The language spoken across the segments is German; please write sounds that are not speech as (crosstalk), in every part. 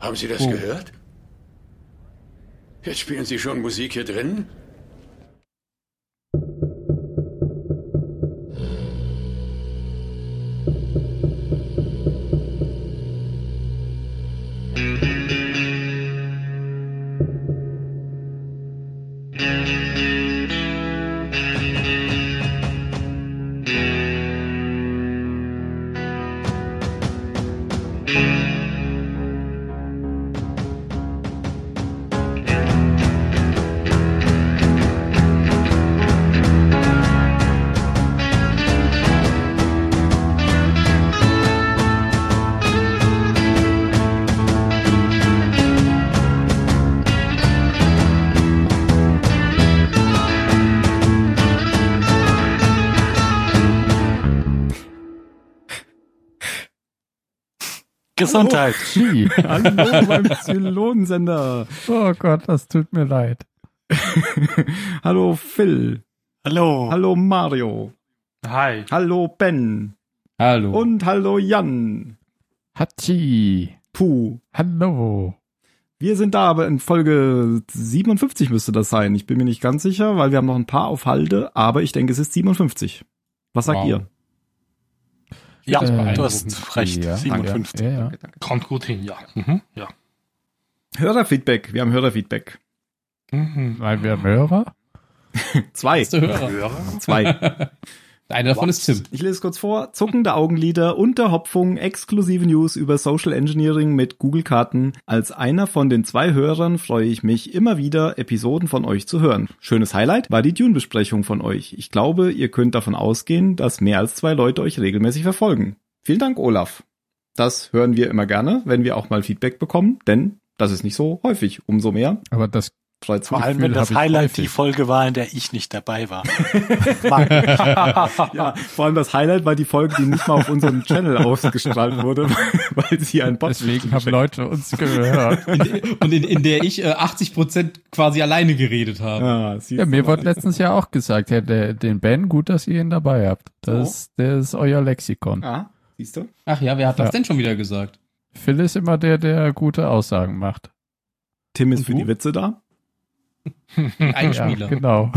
Haben Sie das gehört? Jetzt spielen Sie schon Musik hier drin? Gesundheit. Schnie. Hallo beim Zylonensender. Oh Gott, das tut mir leid. (laughs) Hallo Phil. Hallo. Hallo Mario. Hi. Hallo Ben. Hallo. Und hallo Jan. Hatschi. Puh. Hallo. Wir sind da, aber in Folge 57 müsste das sein. Ich bin mir nicht ganz sicher, weil wir haben noch ein paar auf Halde, aber ich denke, es ist 57. Was sagt Wow. ihr? Ja, Das du beeindruckend. hast recht. Ja, 57. Ja, ja. Kommt gut hin, ja. Mhm. ja. Hörerfeedback. Wir haben Hörerfeedback. Mhm. Weil wir haben Hörer. Zwei. Beste Hörer. (laughs) Hörer? Zwei. Einer davon ist Tim. Ich lese kurz vor. Zuckende Augenlider, Unterhopfung, exklusive News über Social Engineering mit Google-Karten. Als einer von den zwei Hörern freue ich mich immer wieder, Episoden von euch zu hören. Schönes Highlight war die Dune-Besprechung von euch. Ich glaube, ihr könnt davon ausgehen, dass mehr als zwei Leute euch regelmäßig verfolgen. Vielen Dank, Olaf. Das hören wir immer gerne, wenn wir auch mal Feedback bekommen, denn das ist nicht so häufig. Umso mehr. Aber das freut's Vor mich. allem, wenn Gefühl das hab ich Highlight häufig. die Folge war, in der ich nicht dabei (laughs) war. Ja, vor allem das Highlight war die Folge, die nicht mal auf unserem Channel ausgestrahlt wurde, (laughs) weil sie ein Bot deswegen haben Leute uns (laughs) gehört. Und in, in der ich äh, 80 Prozent quasi alleine geredet habe. Ah, siehst Ja, du mir mal. wurde letztens ja auch gesagt, ja, der, den Ben, gut, dass ihr ihn dabei habt. Das, der ist euer Lexikon. Oh. Ah, siehst du? Ach ja, wer hat das Ja. denn schon wieder gesagt? Phil ist immer der, der gute Aussagen macht. Tim ist für du? die Witze da. Ja, Ein Spieler. (laughs) genau.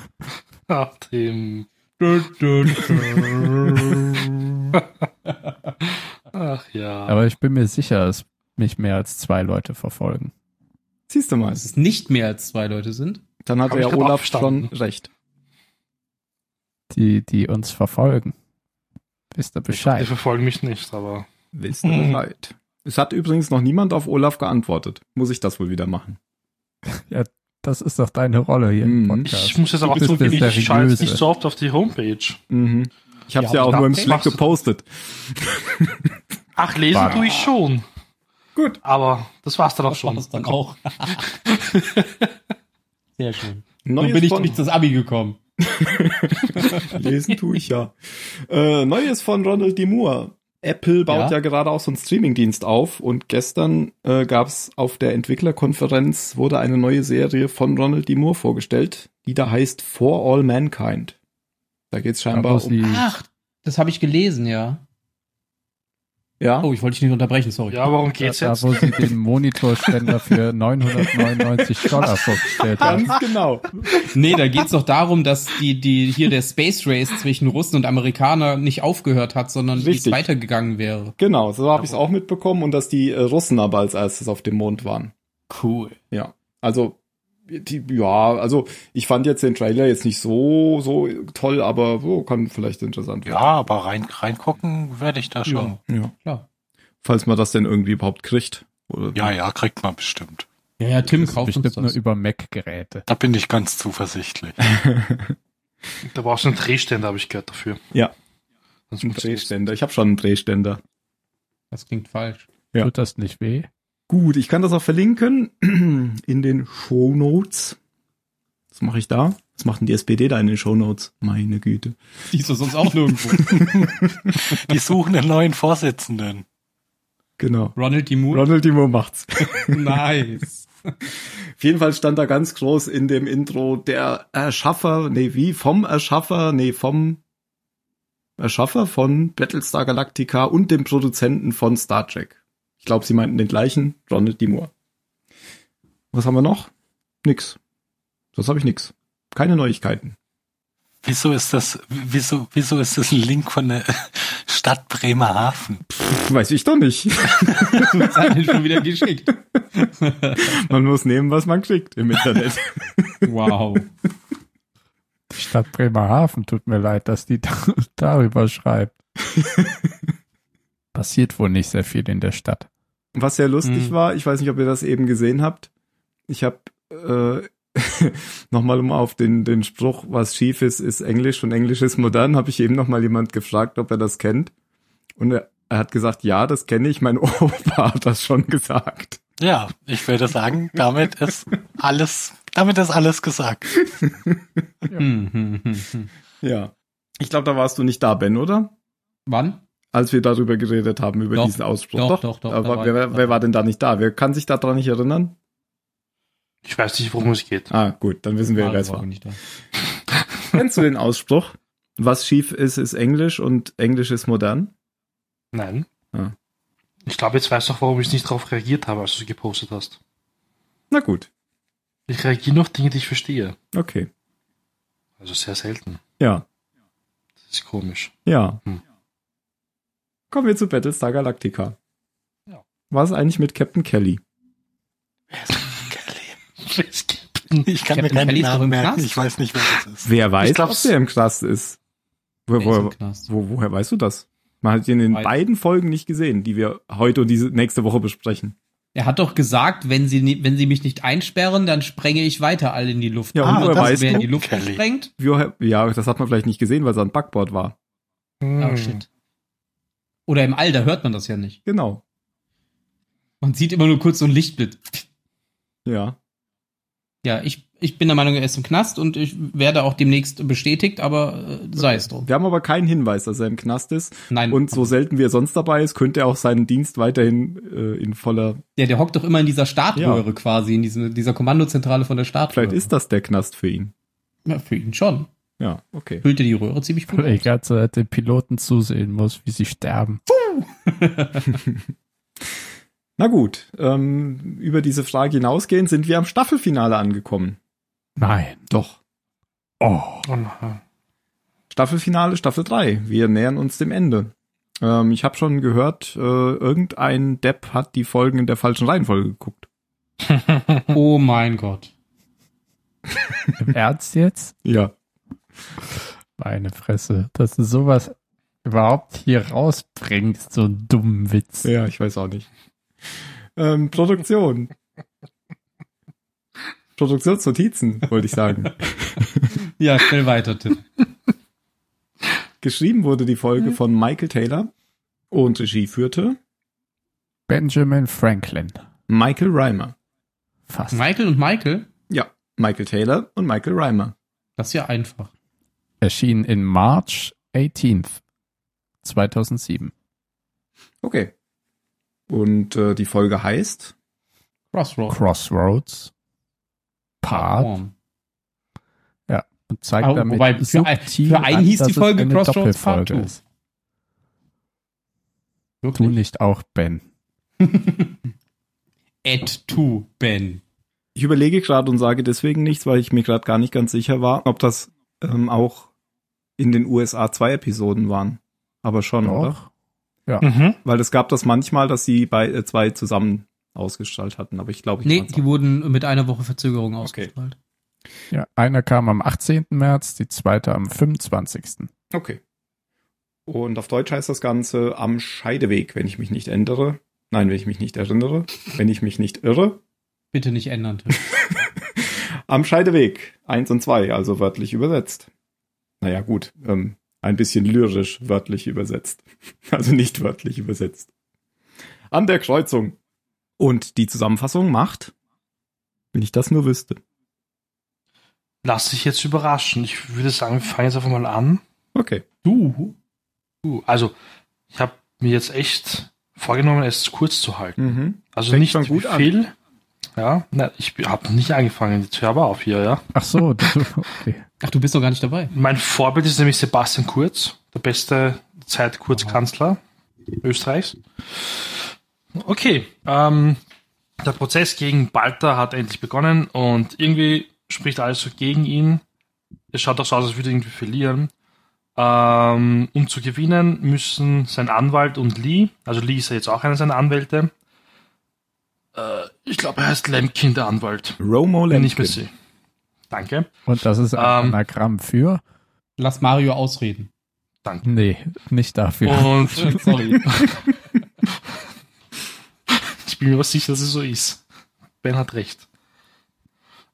(laughs) Ach, Tim. Dö, dö, dö. Ach ja. Aber ich bin mir sicher, dass mich mehr als zwei Leute verfolgen. Siehst du mal. Dass es nicht mehr als zwei Leute sind. Dann hat Hab ja ich aber Olaf schon abgestanden. recht. Die, die uns verfolgen. Wisst ihr Die Bescheid? verfolgen mich nicht, aber. Wisst ihr Bescheid. Es hat übrigens noch niemand auf Olaf geantwortet. Muss ich das wohl wieder machen? Das ist doch deine Rolle hier im Mhm. Podcast. Ich muss jetzt aber auch bist zugeben, der ich schaue jetzt Seriöse. nicht so oft auf die Homepage. Mhm. Ich hab's ja, Ja, auch nur im okay. Slack Machst du- gepostet. Ach, lesen War- tue ich schon. Gut. Aber das war's dann auch Das war schon. das dann auch. (laughs) Sehr schön. Nun Neues bin ich von, durch das Abi gekommen. lesen tue ich ja. Äh, Neues von Ronald D. Moore. Apple baut ja, Ja. gerade auch so einen Streamingdienst auf und gestern äh, gab's auf der Entwicklerkonferenz wurde eine neue Serie von Ronald D. Moore vorgestellt, die da heißt For All Mankind. Da geht's scheinbar Aber um sie, Ach, das habe ich gelesen, ja. ja Oh, ich wollte dich nicht unterbrechen, sorry. Ja, warum geht's da, jetzt? wo sie den Monitorständer für 999 Dollar vorgestellt haben. Ganz genau. Nee, da geht's doch darum, dass die, die hier der Space Race zwischen Russen und Amerikanern nicht aufgehört hat, sondern wie es Richtig. weitergegangen wäre. Genau, so habe ich es auch mitbekommen und dass die äh, Russen aber als erstes auf dem Mond waren. Cool. Ja. Also, die, ja, also ich fand jetzt den Trailer jetzt nicht so, so toll, aber oh, kann vielleicht interessant Ja, werden. aber rein, reingucken werde ich da schon. Ja. Klar. Falls man das denn irgendwie überhaupt kriegt. Oder- Ja, ja, kriegt man bestimmt. Ja, ja, Tim kauft uns Bestimmt nur das. über Mac-Geräte. Da bin ich ganz zuversichtlich. da brauchst du einen Drehständer, habe ich gehört dafür. Ja. Sonst Ein muss ich- Drehständer. Ich habe schon einen Drehständer. Das klingt falsch. Ja. Tut das nicht weh? Gut, ich kann das auch verlinken (clears throat) in den Show Notes. Was mache ich da? Was macht denn die SPD da in den Show Notes? Meine Güte. Die ist doch sonst auch nirgendwo. Die suchen einen neuen Vorsitzenden. Genau. Ronald D. Moore. Ronald D. Moore macht's. Nice. Auf jeden Fall stand da ganz groß in dem Intro der Erschaffer, nee, wie? Vom Erschaffer, nee, vom Erschaffer von Battlestar Galactica und dem Produzenten von Star Trek. Ich glaube, sie meinten den gleichen, Ronald D. Moore. Was haben wir noch? Nix. Sonst habe ich nix. Keine Neuigkeiten. Wieso ist das, wieso, wieso ist das ein Link von der (laughs) Stadt Bremerhaven? Pff, weiß ich doch nicht. (laughs) (laughs) Das hat ihn schon wieder geschickt. Man muss nehmen, was man kriegt im Internet. Wow. Stadt Bremerhaven, tut mir leid, dass die (laughs) da, darüber schreibt. Passiert wohl nicht sehr viel in der Stadt. Was sehr lustig Mhm. war, ich weiß nicht, ob ihr das eben gesehen habt. Ich habe äh, (laughs) nochmal um auf den, den Spruch, was schief ist, ist Englisch und Englisch ist modern, habe ich eben nochmal jemand gefragt, ob er das kennt. Und er, er hat gesagt, ja, das kenne ich, mein (laughs) Opa hat das schon gesagt. Ja, ich würde sagen, damit ist alles, damit ist alles gesagt. Hm, hm, hm, hm. Ja. Ich glaube, da warst du nicht da, Ben, oder? Wann? Als wir darüber geredet haben, über Doch, diesen Ausspruch. doch, doch, doch, da Aber war wer, ich wer, wer war denn da nicht da? Wer kann sich daran nicht erinnern? Ich weiß nicht, worum es geht. Ah, gut, dann wissen wir, wer es Ah, war. nicht da. Kennst du den Ausspruch? Was schief ist, ist Englisch und Englisch ist modern? Nein. Ah. Ich glaube, jetzt weißt du auch, warum ich nicht darauf reagiert habe, als du es gepostet hast. Na gut, Ich reagiere nur auf Dinge, die ich verstehe. okay. Also sehr selten. Ja, Das ist komisch. (laughs) ja. Hm. Kommen wir zu Battlestar Galactica. Ja. Was ist eigentlich mit Captain Kelly? Ich kann mir Captain Kelly keinen ist doch Namen im merken, Knast. ich weiß nicht, wer das ist. Wer weiß, glaub's- ob der im Knast ist? Wo, Der ist im wo, Knast. wo, woher weißt du das? Man hat ihn in Weiß- beiden Folgen nicht gesehen, die wir heute und diese nächste Woche besprechen. Er hat doch gesagt, wenn sie, ni- wenn sie mich nicht einsperren, dann sprenge ich weiter alle in die Luft. Ja, und woher das weißt wer in du? die Luft Kelly. gesprengt? Woher- Ja, das hat man vielleicht nicht gesehen, weil es an Backboard war. Hm. Ah, shit. Oder im All, da hört man das ja nicht. Genau. Man sieht immer nur kurz so ein Lichtblitz. Ja. Ja, ich, ich bin der Meinung, er ist im Knast und ich werde auch demnächst bestätigt, aber äh, sei es drum. Wir haben aber keinen Hinweis, dass er im Knast ist. Nein, Und so selten wie er sonst dabei ist, könnte er auch seinen Dienst weiterhin äh, in voller. der, der hockt doch immer in dieser Startröhre quasi, in diesem, dieser Kommandozentrale von der Startröhre. Vielleicht ist das der Knast für ihn. ja, für ihn schon. Ja, okay. Füllte die Röhre ziemlich gut. Weil ich ganze Zeit den Piloten zusehen muss, wie sie sterben. Na gut, ähm, über diese Frage hinausgehend sind wir am Staffelfinale angekommen. Nein. Doch. Oh. Oh nein. Staffelfinale, Staffel 3. Wir nähern uns dem Ende. Ähm, ich habe schon gehört, äh, irgendein Depp hat die Folgen in der falschen Reihenfolge geguckt. Oh mein Gott. Im Ernst jetzt? Ja. Meine Fresse. Dass du sowas überhaupt hier rausbringst, so einen dummen Witz. Ja, ich weiß auch nicht. Ähm, Produktion. Produktionsnotizen, wollte ich sagen. Ja, schnell (laughs) weiter, Tim. Geschrieben wurde die Folge von Michael Taylor und Regie führte Benjamin Franklin. Michael Reimer. Fast. Michael und Michael, Ja, Michael Taylor und Michael Reimer. das ist ja einfach. Erschien in March 18th, 2007. Okay. Und äh, die Folge heißt Crossroad. Crossroads. Part. Form. Und zeigt Aber damit Oh. wobei, für ein- subtil für einen an, hieß die dass es Folge eine Crossroads Part Doppelfolge Two. ist. Du Wirklich. nicht auch, Ben. Add to Ben. Ich überlege gerade und sage deswegen nichts, weil ich mir gerade gar nicht ganz sicher war, ob das ähm, auch in den USA zwei Episoden waren. Aber schon, oder? Doch. Mhm. Weil es gab das manchmal, dass sie bei äh, zwei zusammen ausgestrahlt hatten, aber ich glaube, ich Nee, kann's die auch- wurden mit einer Woche Verzögerung ausgestrahlt. Ja, einer kam am 18. März, die zweite am 25. Okay. Und auf Deutsch heißt das Ganze am Scheideweg, wenn ich mich nicht ändere. Nein, wenn ich mich nicht erinnere, wenn ich mich nicht irre. Bitte nicht ändern, Tim. Am Scheideweg, eins und zwei, also wörtlich übersetzt. Naja, gut, ähm, ein bisschen lyrisch wörtlich übersetzt. (laughs) Also nicht wörtlich übersetzt. An der Kreuzung. Und die Zusammenfassung macht, wenn ich das nur wüsste. Lass dich jetzt überraschen. Ich würde sagen, wir fangen jetzt einfach mal an. Okay. Du? Du. Also, ich habe mir jetzt echt vorgenommen, es kurz zu halten. Mhm. Also Fängt nicht schon gut wie viel. Ja, na, ich habe nicht angefangen. Jetzt hör aber auf hier, ja. Ach so, (laughs) du- okay. Ach, du bist noch gar nicht dabei. Mein Vorbild ist nämlich Sebastian Kurz, der beste Zeitkurzkanzler Österreichs. Okay, ähm, der Prozess gegen Balter hat endlich begonnen und irgendwie spricht alles so gegen ihn. Es schaut auch so aus, als würde er irgendwie verlieren. Ähm, um zu gewinnen, müssen sein Anwalt und Lee, also Lee ist ja jetzt auch einer seiner Anwälte. Äh, ich glaube, er heißt Lemkin, der Anwalt. Romo Bin ich mir Lemkin. sicher. Danke, Und das ist ein Ähm. Anagramm für? Lass Mario ausreden. äh, danke. Nee, nicht dafür. Und (laughs) Sorry. Ich bin mir aber sicher, dass es so ist. Ben hat recht.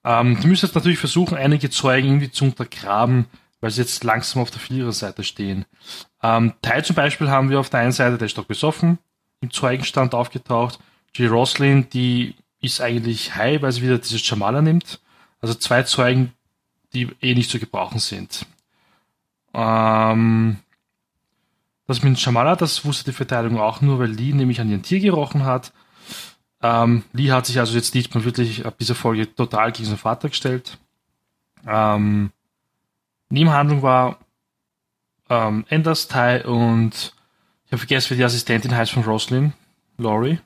Ähm, die müssen jetzt natürlich versuchen, einige Zeugen irgendwie zu untergraben, weil sie jetzt langsam auf der Viererseite stehen. Ähm, Ty zum Beispiel haben wir auf der einen Seite, der ist doch besoffen, im Zeugenstand aufgetaucht. Die Roslin, die ist eigentlich high, weil sie wieder diese Jamala nimmt. Also zwei Zeugen, die eh nicht zu gebrauchen sind. Ähm, das mit Jamala, das wusste die Verteidigung auch nur, weil Lee nämlich an ihren Tier gerochen hat. Ähm, Lee hat sich also jetzt diesmal wirklich ab dieser Folge total gegen seinen Vater gestellt. Ähm, Nebenhandlung war ähm, Enders, Ty und ich habe vergessen, wie die Assistentin heißt von Roslyn. Lori?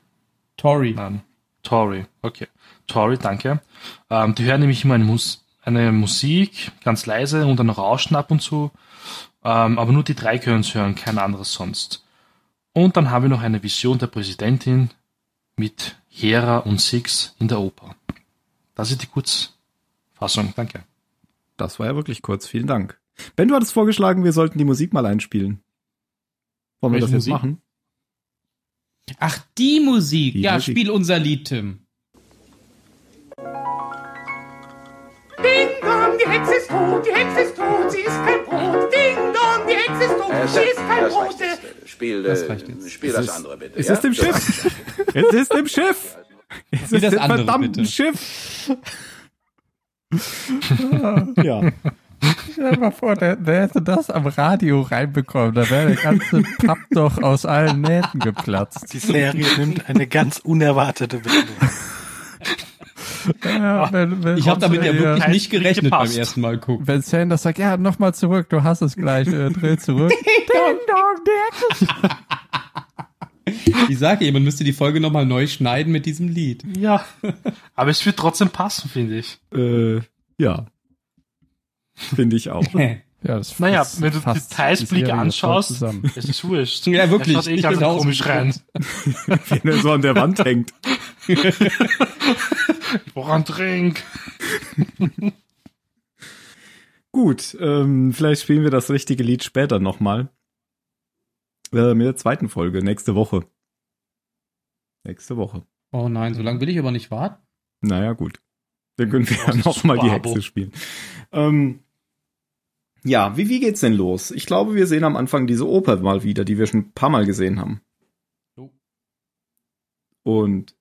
Tori. Nein. Tori, okay. Tori, danke. Ähm, die hören nämlich immer eine, Mus eine Musik, ganz leise und dann Rauschen ab und zu. Ähm, aber nur die drei können es hören, kein anderes sonst. Und dann haben wir noch eine Vision der Präsidentin mit Hera und Six in der Oper. Das ist die Kurzfassung, danke. Das war ja wirklich kurz. Vielen Dank. Ben, du hattest vorgeschlagen, wir sollten die Musik mal einspielen. Wollen wir Welche das jetzt Musik? machen? Ach, die Musik. Die ja, Musik. spiel unser Lied, Tim. Ding Dong, die Hexe ist tot, die Hexe ist tot, sie ist kein Brot. Ding Dong, die Hexe ist tot, sie ist kein das Brot. reicht jetzt. Spiel, Das äh, reicht jetzt. spiel das andere bitte. Es ja? ist im Das Schiff. (laughs) es ist im Schiff. Es das ist im andere, verdammten bitte. Schiff. ja. Stell dir mal vor, der, der hätte das am Radio reinbekommen. Da wäre der ganze Papp doch aus allen Nähten geplatzt. Die Serie nimmt eine ganz unerwartete Wendung. Ja, wenn, wenn Ich habe damit ja unsere- wirklich Heißt, nicht gerechnet äh, gepasst. beim ersten Mal gucken. Wenn Sanders sagt, ja, nochmal zurück, du hast es gleich, äh, dreh zurück. Ding dong, der Ich sage ja, man müsste die Folge nochmal neu schneiden mit (laughs) diesem Lied. Ja. Aber es wird trotzdem passen, finde ich. Äh, ja. Finde ich auch. Ja, das Naja, fasst- wenn du fasst die Detailsblick Serie anschaust, voll zusammen. Es ist wurscht. Ja, wirklich. Er schaut eh Ich ganz bin komisch rein. rausgekommen. (laughs) Wenn er so an der Wand hängt. Woran trink? Gut, ähm, vielleicht spielen wir das richtige Lied später nochmal. Äh, mit der zweiten Folge, nächste Woche. Nächste Woche. Oh nein, so lange will ich aber nicht warten. Naja, gut. Dann können wir ja Das ist nochmal die super, Hexe Abo. spielen. Ähm, ja, wie, wie geht's denn los? Ich glaube, wir sehen am Anfang diese Oper mal wieder, die wir schon ein paar Mal gesehen haben. Jo. Und,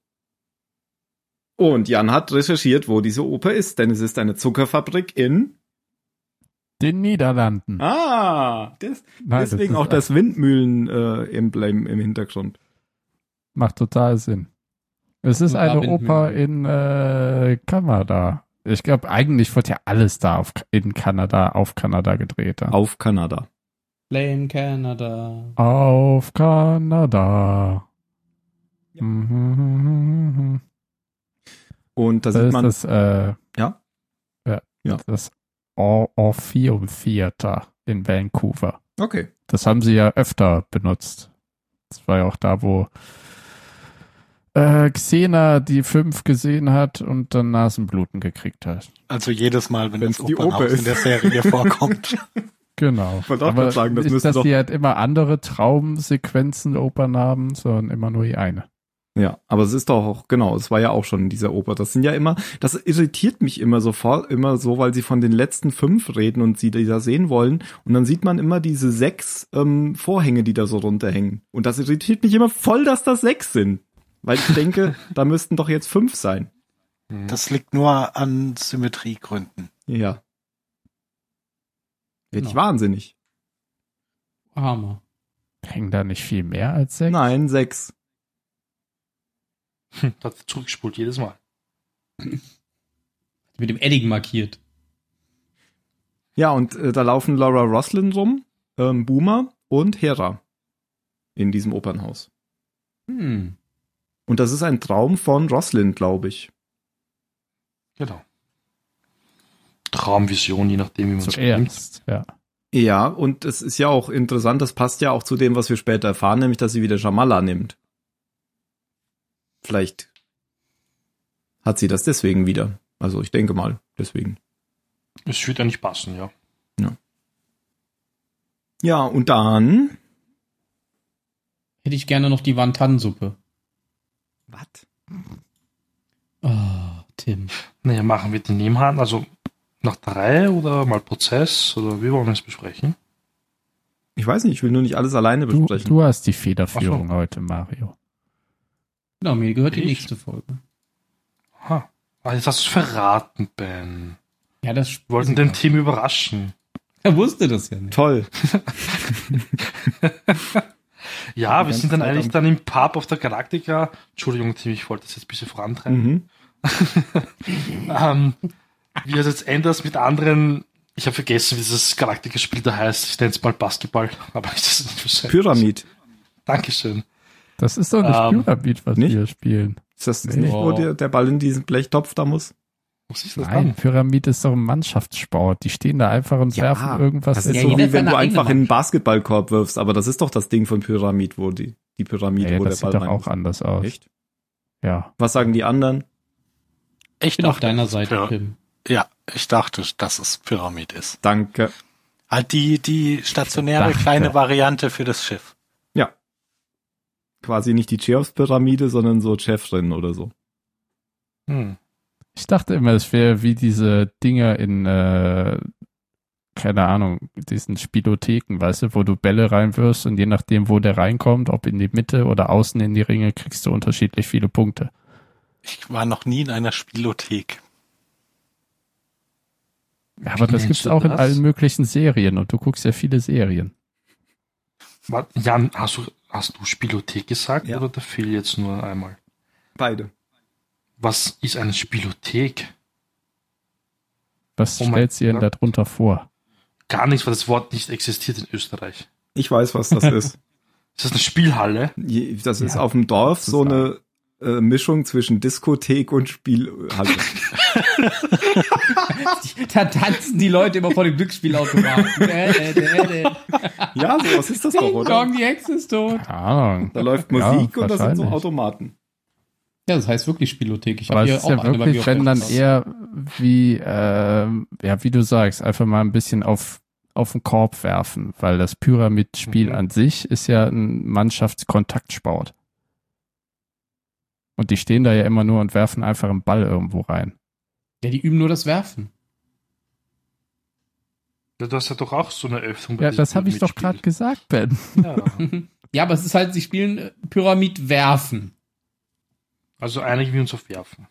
und Jan hat recherchiert, wo diese Oper ist, denn es ist eine Zuckerfabrik in. Den Niederlanden. Ah! Das, Nein, das deswegen ist- auch das Windmühlen-Emblem im Hintergrund. Macht total Sinn. Es ist Und eine Robin Oper Hood. in äh, Kanada. Ich glaube, eigentlich wurde ja alles da auf, in Kanada, auf Kanada gedreht. Dann. Auf Kanada. Blame Canada. Auf Kanada. Mhm. Und da Das sieht ist man. das, äh, Ja? ja, Ja. das Or Orpheum Theater in Vancouver. Okay. Das haben sie ja öfter benutzt. Das war ja auch da, wo äh, Xena die fünf gesehen hat und dann Nasenbluten gekriegt hat. Also jedes Mal, wenn Wenn's das die Opernhaus Oper ist. in der Serie vorkommt. Genau. wollte auch grad sagen, das nicht, müsste dass doch- die halt immer andere Traumsequenzen Opern haben, sondern immer nur die eine. Ja, aber es ist doch auch, genau, es war ja auch schon in dieser Oper. Das sind ja immer, das irritiert mich immer sofort, immer so, weil sie von den letzten fünf reden und sie die da sehen wollen. Und dann sieht man immer diese sechs ähm, Vorhänge, die da so runterhängen. Und das irritiert mich immer voll, dass das sechs sind. Weil ich denke, da müssten doch jetzt fünf sein. Das liegt nur an Symmetriegründen. Ja. Werd ich Genau. wahnsinnig. Hammer. Hängen da nicht viel mehr als sechs? Nein, sechs. Hm, Hat zurückgespult jedes Mal. Mit dem Edding markiert. Ja, und äh, da laufen Laura Roslin rum, ähm, Boomer und Hera in diesem Opernhaus. Hm. Und das ist ein Traum von Roslin, glaube ich. Genau. Traumvision, je nachdem, wie man es nimmt. Zuerst, ja. Ja, und es ist ja auch interessant, das passt ja auch zu dem, was wir später erfahren, nämlich, dass sie wieder Shamala nimmt. Vielleicht hat sie das deswegen wieder. Also ich denke mal, deswegen. Es wird ja nicht passen, ja. Ja, und dann. Hätte ich gerne noch die Wantansuppe. Was? Ah, Tim. Naja, machen wir den Nebenhand, also nach drei oder mal Prozess oder wie wollen wir es besprechen? Ich weiß nicht, ich will nur nicht alles alleine Du, besprechen. du hast die Federführung heute, Mario. Genau, mir gehört die Ich? nächste Folge. Aha. Ah, jetzt hast du es verraten, Ben. Ja, das Wir wollten den Team überraschen. Er wusste das ja nicht. Toll. Ja, wir ganze sind dann Zeit eigentlich am- dann im Pub auf der Galaktika. Entschuldigung, Team, ich wollte das jetzt ein bisschen vorantreiben. Mhm. Ähm, wie es jetzt anders mit anderen. Ich habe vergessen, wie dieses Galaktika-Spiel da heißt. Ich nenne es mal Basketball, (laughs) aber ich das nicht wahrscheinlich. Pyramid. Dankeschön. Das ist doch nicht Ähm, Pyramid, was nicht? wir spielen. Ist das Nee. nicht nur Wow. der, der Ball in diesen Blechtopf da muss? Was ist das Nein, dann? Pyramid ist doch ein Mannschaftssport. Die stehen da einfach und Ja, werfen irgendwas Das ist Ja, in so jeder wie wenn seine du eigene einfach in einen Basketballkorb wirfst, aber das ist doch das Ding von Pyramid, wo die, die Pyramide, Nee, wo das der sieht Ball doch rein auch muss. anders aus. Echt? Ja. Was sagen die anderen? Ich Ich bin auf dachte- deiner Seite, Ja. Tim. Ja, ich dachte, dass es Pyramid ist. Danke. Halt die, die stationäre Dachte. kleine Variante für das Schiff. Quasi nicht die Cheops-Pyramide, sondern so Chefrin oder so. Hm. Ich dachte immer, es wäre wie diese Dinger in, äh, keine Ahnung, diesen Spielotheken, weißt du, wo du Bälle reinwirfst und je nachdem, wo der reinkommt, ob in die Mitte oder außen in die Ringe, kriegst du unterschiedlich viele Punkte. Ich war noch nie in einer Spielothek. Ja, aber das Kennst gibt's du auch in das? allen möglichen Serien und du guckst ja viele Serien. Warte, Jan, hast du, hast du Spielothek gesagt Ja. oder da fehlt jetzt nur einmal? Beide. Was ist eine Spielothek? Was Oh mein stellst du dir denn Gott. darunter vor? Gar nichts, weil das Wort nicht existiert in Österreich. Ich weiß, was das ist. Ist das eine Spielhalle? (laughs) Je- Das ist Ja, auf dem Dorf so eine sozusagen. äh, Mischung zwischen Diskothek und halt. Spielhalle. Da tanzen die Leute immer vor dem Glücksspielautomaten. Dä, dä, dä, dä. ja, sowas ist das doch, Ding oder? Dong, die Hexe ist tot. Keine Ahnung. Da läuft Ja, Musik und das sind so wahrscheinlich. Automaten. Ja, das heißt wirklich Spielothek. Ich Aber habe es hier ist auch ja eine, weil wir wirklich, auf wenn dann Podcast- eher wie, ähm, ja, wie du sagst, einfach mal ein bisschen auf, auf den Korb werfen, weil das Pyramidspiel Mhm. an sich ist ja ein Mannschaftskontaktsport. Und die stehen da ja immer nur und werfen einfach einen Ball irgendwo rein. Ja, die üben nur das Werfen. Ja, du hast ja doch auch so eine Öffnung. bei Ja, diesem das habe ich doch Mitspiel. gerade gesagt, Ben. Ja. ja, aber es ist halt, sie spielen äh, Pyramid werfen. Also einigen wir uns auf Werfen.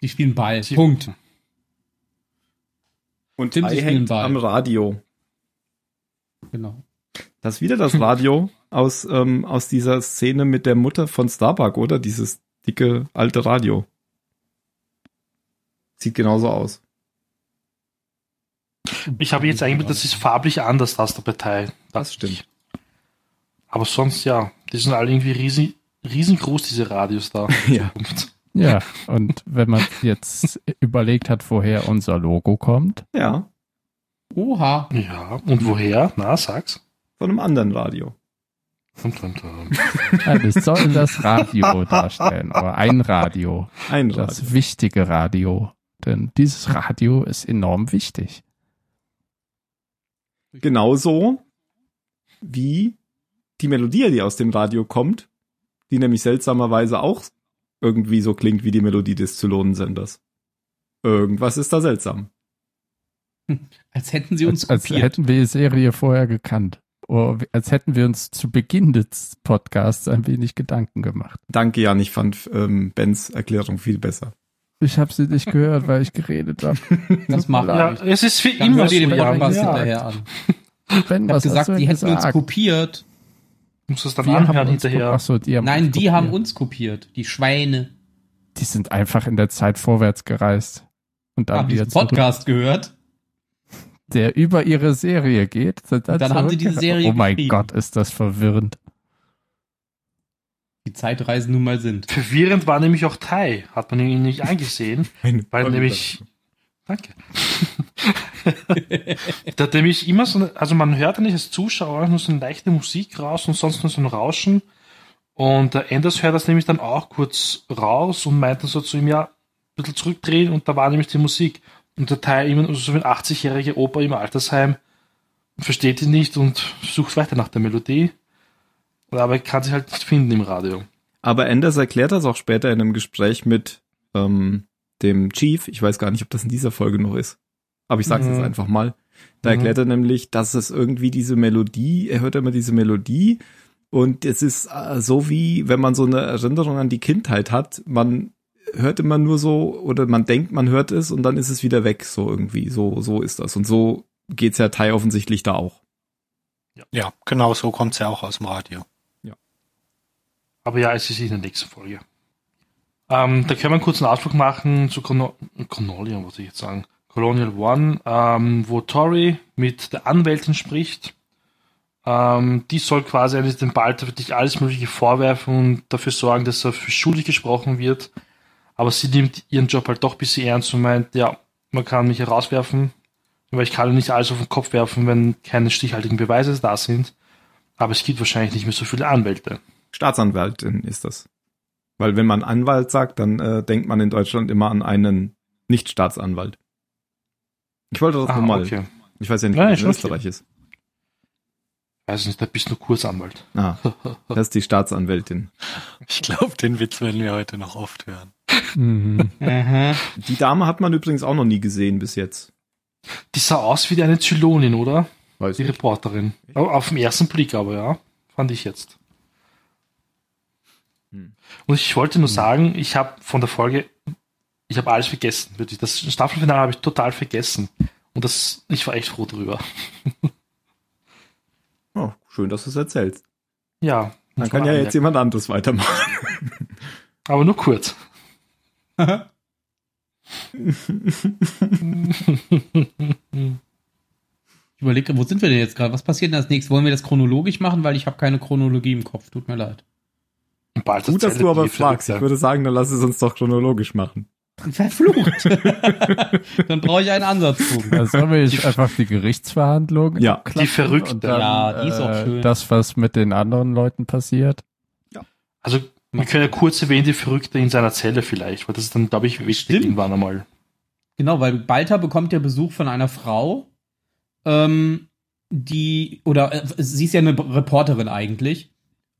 Die spielen Ball. Sie- Punkt. Und Tim, Tim sie spielen hängt Ball. am Radio. Genau. Das ist wieder das Radio aus, ähm, aus dieser Szene mit der Mutter von Starbuck, oder? Dieses dicke alte Radio. Sieht genauso aus. Ich habe jetzt genau. eigentlich, das ist farblich anders, das der Partei. Das stimmt. Aber sonst ja, die sind alle irgendwie riesen, riesengroß, diese Radios da. Ja. Ja, und wenn man jetzt überlegt hat, woher unser Logo kommt, Ja, Oha. Ja, und woher? Na, sag's. von einem anderen Radio. Dum, dum, dum. ja, das soll das Radio darstellen, aber ein Radio. Ein Radio. das wichtige Radio. Denn dieses Radio ist enorm wichtig. Genauso wie die Melodie, die aus dem Radio kommt, die nämlich seltsamerweise auch irgendwie so klingt wie die Melodie des Zylonensenders. Irgendwas ist da seltsam. Als hätten sie uns Als, als kopiert. hätten wir die Serie vorher gekannt. Oder als hätten wir uns zu Beginn des Podcasts ein wenig Gedanken gemacht. Danke, Jan, ich fand ähm, Bens Erklärung viel besser. Ich habe sie nicht gehört, weil ich geredet habe. (laughs) Das macht Ja, man. es ist für Dann immer hört so. ihr den Ja, Podcast ja. hinterher an. Ben, Ich was hab hast du gesagt, denn die hätten uns gesagt? kopiert. Muss das dann Wir anhören haben uns hinterher. ko- Ach so, die haben Nein, uns die haben kopiert. uns kopiert. Die Schweine. Die sind einfach in der Zeit vorwärts gereist. Und dann Haben wieder diesen zurück, Podcast gehört. der über ihre Serie geht. sind Oh Dann haben sie diese zurückgereist. Serie Oh mein geschrieben. Gott, ist das verwirrend. die Zeitreisen nun mal sind. Verwirrend war nämlich auch Tai, hat man ihn nicht angesehen, Meine weil Gott. nämlich. Danke. da hat nämlich immer so, eine- also man hört eigentlich als Zuschauer nur so eine leichte Musik raus und sonst nur so ein Rauschen. Und der Anders hört das nämlich dann auch kurz raus und meint dann so zu ihm, ja, ein bisschen zurückdrehen und da war nämlich die Musik. Und der Tai immer also so wie ein 80-jähriger Opa im Altersheim versteht ihn nicht und sucht weiter nach der Melodie. Aber er kann sie halt nicht finden im Radio. Aber Anders erklärt das auch später in einem Gespräch mit ähm, dem Chief. Ich weiß gar nicht, ob das in dieser Folge noch ist. Aber ich sag's Mhm. jetzt einfach mal. Da Mhm. erklärt er nämlich, dass es irgendwie diese Melodie, er hört immer diese Melodie und es ist äh, so wie, wenn man so eine Erinnerung an die Kindheit hat, man hört immer nur so oder man denkt, man hört es und dann ist es wieder weg, so irgendwie. So, so ist das. Und so geht's ja Tai offensichtlich da auch. Ja, genau so kommt's ja auch aus dem Radio. Aber ja, es ist in der nächsten Folge. Ähm, da können wir einen kurzen Ausflug machen zu Cono- Conolion, wollte ich jetzt sagen. Colonial One, ähm, wo Tori mit der Anwältin spricht. Ähm, die soll quasi eigentlich dem Balter wirklich alles Mögliche vorwerfen und dafür sorgen, dass er für schuldig gesprochen wird. Aber sie nimmt ihren Job halt doch ein bisschen ernst und meint, ja, man kann mich herauswerfen, weil ich kann nicht alles auf den Kopf werfen, wenn keine stichhaltigen Beweise da sind. Aber es gibt wahrscheinlich nicht mehr so viele Anwälte. Staatsanwältin ist das. Weil wenn man Anwalt sagt, dann äh, denkt man in Deutschland immer an einen Nicht-Staatsanwalt. Ich wollte das Ah, nochmal. okay. Ich weiß ja nicht, Nein, was ist in okay. Österreich ist. Weiß nicht, da bist du nur Kursanwalt. Ah, das ist die Staatsanwältin. Ich glaube, den Witz werden wir heute noch oft hören. Mhm. Aha. Die Dame hat man übrigens auch noch nie gesehen bis jetzt. Die sah aus wie eine Zylonin, oder? Weiß Die Reporterin. Au- Auf den ersten Blick aber, ja. Fand ich jetzt. Hm. Und ich wollte nur sagen, ich habe von der Folge, ich habe alles vergessen. Wirklich. Das Staffelfinale habe ich total vergessen. Und das, ich war echt froh drüber. Oh, schön, dass du es erzählst. Ja. Dann muss kann man ja anmerken. jetzt jemand anderes weitermachen. Aber nur kurz. Ich überlege, wo sind wir denn jetzt gerade? Was passiert denn als nächstes? Wollen wir das chronologisch machen? Weil ich habe keine Chronologie im Kopf. Tut mir leid. Bald Gut, dass erzählt du aber die fragst. Ich Verrückte. würde sagen, dann lass es uns doch chronologisch machen. Verflucht. (laughs) Dann brauche ich einen Ansatzpunkt. Da Also sollen wir jetzt einfach die Gerichtsverhandlung. Ja. abklappern Die Verrückte. und dann, Ja, die ist auch äh, schön. Das, was mit den anderen Leuten passiert. Also, wir können ja kurz erwähnen, die Verrückte in seiner Zelle vielleicht, weil das ist dann, glaube ich, wichtig Stimmt. irgendwann einmal. Genau, weil Balta bekommt ja Besuch von einer Frau, ähm, die, oder äh, sie ist ja eine Reporterin eigentlich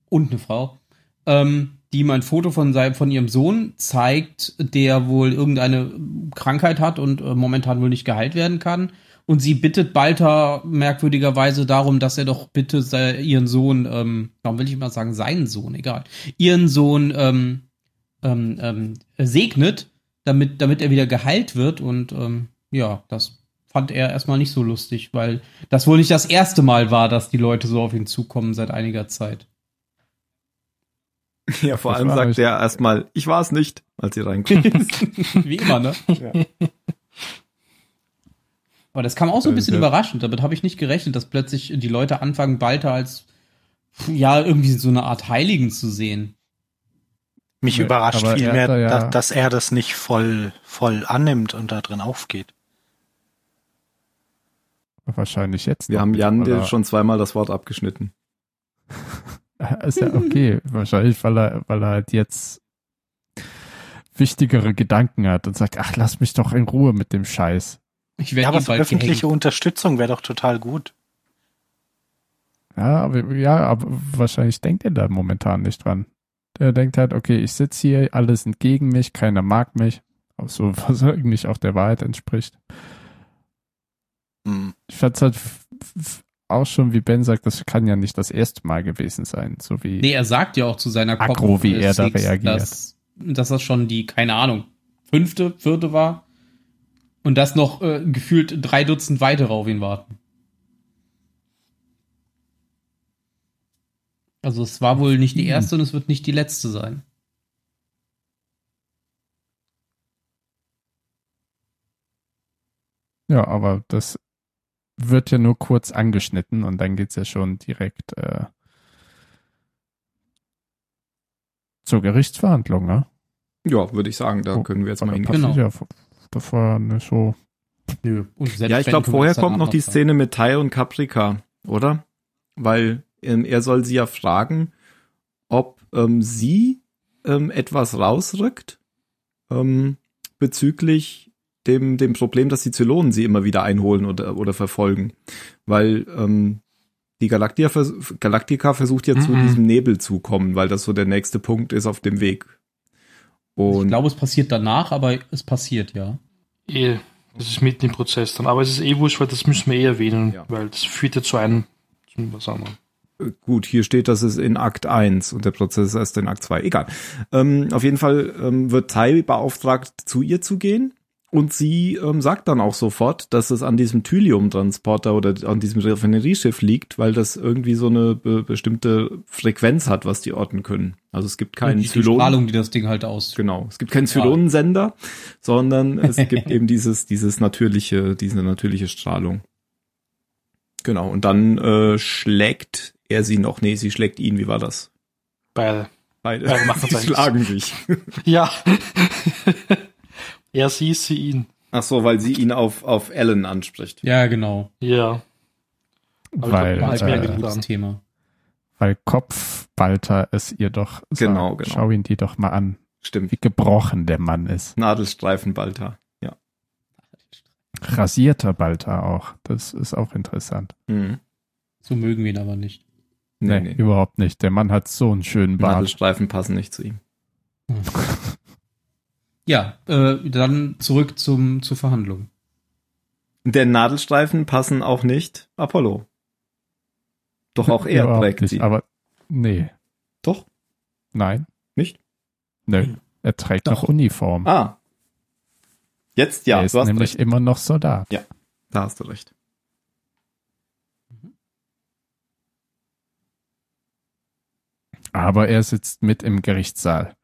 und eine Frau, ähm, die ihm ein Foto von, seinem, von ihrem Sohn zeigt, der wohl irgendeine Krankheit hat und äh, momentan wohl nicht geheilt werden kann. Und sie bittet Balta merkwürdigerweise darum, dass er doch bitte se- ihren Sohn, ähm, warum will ich immer sagen, seinen Sohn, egal, ihren Sohn ähm, ähm, ähm, segnet damit, damit er wieder geheilt wird. Und ähm, ja, das fand er erstmal nicht so lustig, weil das wohl nicht das erste Mal war, dass die Leute so auf ihn zukommen seit (laughs) einiger Zeit. Ja, vor Das allem war sagt ich- er erstmal, ich war es nicht, als sie reinkommt. Wie immer, ne? Aber das kam auch so ein bisschen Äh, ja. überraschend. Damit habe ich nicht gerechnet, dass plötzlich die Leute anfangen, Balta als ja irgendwie so eine Art Heiligen zu sehen. Mich Nee, überrascht aber er vielmehr, hat da ja- dass, dass er das nicht voll, voll annimmt und da drin aufgeht. Wahrscheinlich jetzt. Wir noch haben nicht, Jan dir aber- schon zweimal das Wort abgeschnitten. Äh, Ist ja (laughs) okay. Wahrscheinlich, weil er, weil er halt jetzt wichtigere Gedanken hat und sagt, ach, lass mich doch in Ruhe mit dem Scheiß. Ich Ja, werde aber ihn so bald öffentliche gehängt. Unterstützung wäre doch total gut. Ja, aber, ja, aber wahrscheinlich denkt er da momentan nicht dran. Der denkt halt, okay, ich sitze hier, alle sind gegen mich, keiner mag mich. Auch so, (laughs) was eigentlich auch der Wahrheit entspricht. Hm. Ich fand's halt f- f- auch schon, wie Ben sagt, das kann ja nicht das erste Mal gewesen sein. So wie Nee, er sagt ja auch zu seiner Aggro, Kopf- wie er da Six, reagiert. Dass, dass das schon die, keine Ahnung, fünfte, vierte war. Und dass noch äh, gefühlt drei Dutzend weitere auf ihn warten. Also es war wohl nicht Hm. die erste und es wird nicht die letzte sein. Ja, aber das wird ja nur kurz angeschnitten und dann geht's ja schon direkt äh, zur Gerichtsverhandlung, ne? Ja, würde ich sagen, da Oh, können wir jetzt mal Oder hingehen. Genau. Patricia, Das war nicht so. Nö. Und selbst Ja, ich wenn, glaube, tun wir vorher das dann kommt auch noch die sagen. Szene mit Tai und Caprica, oder? Weil ähm, er soll sie ja fragen, ob ähm, sie ähm, etwas rausrückt ähm, bezüglich dem, dem Problem, dass die Zylonen sie immer wieder einholen oder, oder verfolgen. Weil ähm, die Galaktia vers Galaktika versucht ja zu Mhm. diesem Nebel zu kommen, weil das so der nächste Punkt ist auf dem Weg. Ich Und glaube, es passiert danach, aber es passiert, ja. Eh, das ist mitten im Prozess dann. Aber es ist eh wurscht, weil das müssen wir eh erwähnen, Ja. weil das führt ja zu einem, zu was anderem. gut, hier steht, dass es in Akt 1 und der Prozess ist erst in Akt 2. Egal. Ähm, auf jeden Fall ähm, wird Tai beauftragt, zu ihr zu gehen. Und sie ähm, sagt dann auch sofort, dass es an diesem Thylium-Transporter oder an diesem Raffinerieschiff liegt, weil das irgendwie so eine be bestimmte Frequenz hat, was die orten können. Also es gibt keinen Und die die Zylonen. Strahlung, die das Ding halt aus. Genau. Es gibt keinen Strahl. Zylonensender, sondern (laughs) es gibt eben dieses, dieses natürliche, diese natürliche Strahlung. Genau. Und dann äh, schlägt er sie noch. Nee, sie schlägt ihn. Wie war das? Beide. Beide. Ja, (laughs) macht sie das schlagen sich. Ja. er, sie, sie, ihn. Ach so, weil sie ihn auf, auf Ellen anspricht. Ja, genau. Ja. Aber ich Weil, glaub, War man hat's halt mir äh, wieder ein gutes getan. Thema. weil Kopfbalter es ihr doch sagt. Genau, genau. Schau ihn dir doch mal an, Stimmt. wie gebrochen der Mann ist. Nadelstreifen Balta. Ja. Rasierter Balter auch. Das ist auch interessant. Mhm. So mögen wir ihn aber nicht. Nee, überhaupt nicht. Der Mann hat so einen schönen Bart. Nadelstreifen passen nicht zu ihm. Ja, äh, dann zurück zum, zur Verhandlung. Denn Nadelstreifen passen auch nicht Apollo. Doch auch er Überhaupt trägt nicht, sie. Aber nee, Doch? nein. Nicht? Hm. Nö. Er trägt noch Doch. Uniform. Ah. Jetzt ja. er ist nämlich immer noch Soldat. Da hast du recht. Aber er sitzt mit im Gerichtssaal.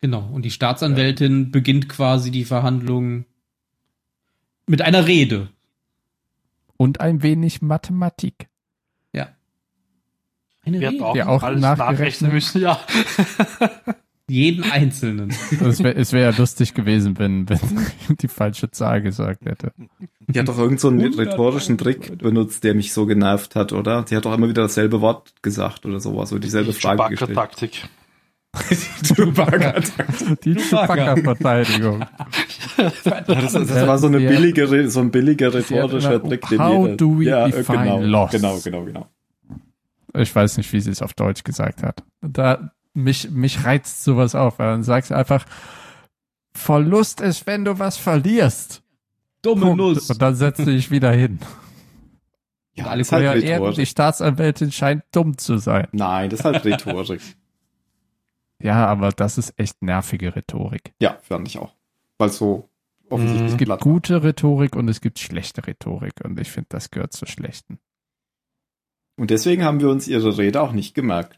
Genau. Und die Staatsanwältin beginnt quasi die Verhandlung mit einer Rede. Und ein wenig Mathematik. Eine Wir hatten Rede. auch, Ja, auch alles nachgerechnet. nachrechnen müssen, (laughs) ja. Jeden einzelnen. Es wäre es wär ja lustig gewesen, wenn, wenn (laughs) die falsche Zahl gesagt hätte. Die (laughs) hat doch irgendeinen so einen rhetorischen Trick benutzt, der mich so genervt hat, oder? Sie hat doch immer wieder dasselbe Wort gesagt oder sowas oder dieselbe Frage gestellt. Chewbacca-Taktik. Die Chewbacca-Verteidigung. Das, das war so eine Ja. billige, Re- so ein billiger Sie hat rhetorischer immer, um, Trick, den how jeder. do we ja, äh, define genau, loss? genau, genau, genau. Ich weiß nicht, wie sie es auf Deutsch gesagt hat. Da, mich, mich reizt sowas auf, weil dann sagst du einfach, Verlust ist, wenn du was verlierst. Dumme Punkt. Nuss. Und dann setzt du dich wieder (laughs) hin. Ja, alle das ist halt ja, eben, die rhetorisch. Staatsanwältin scheint dumm zu sein. Nein, das ist halt Rhetorik. Ja, aber das ist echt nervige Rhetorik. ja, fand ich auch. Weil so offensichtlich Mhm. Es gibt glatt war. gute Rhetorik und es gibt schlechte Rhetorik. Und ich finde, das gehört zur schlechten. Und deswegen haben wir uns ihre Rede auch nicht gemerkt.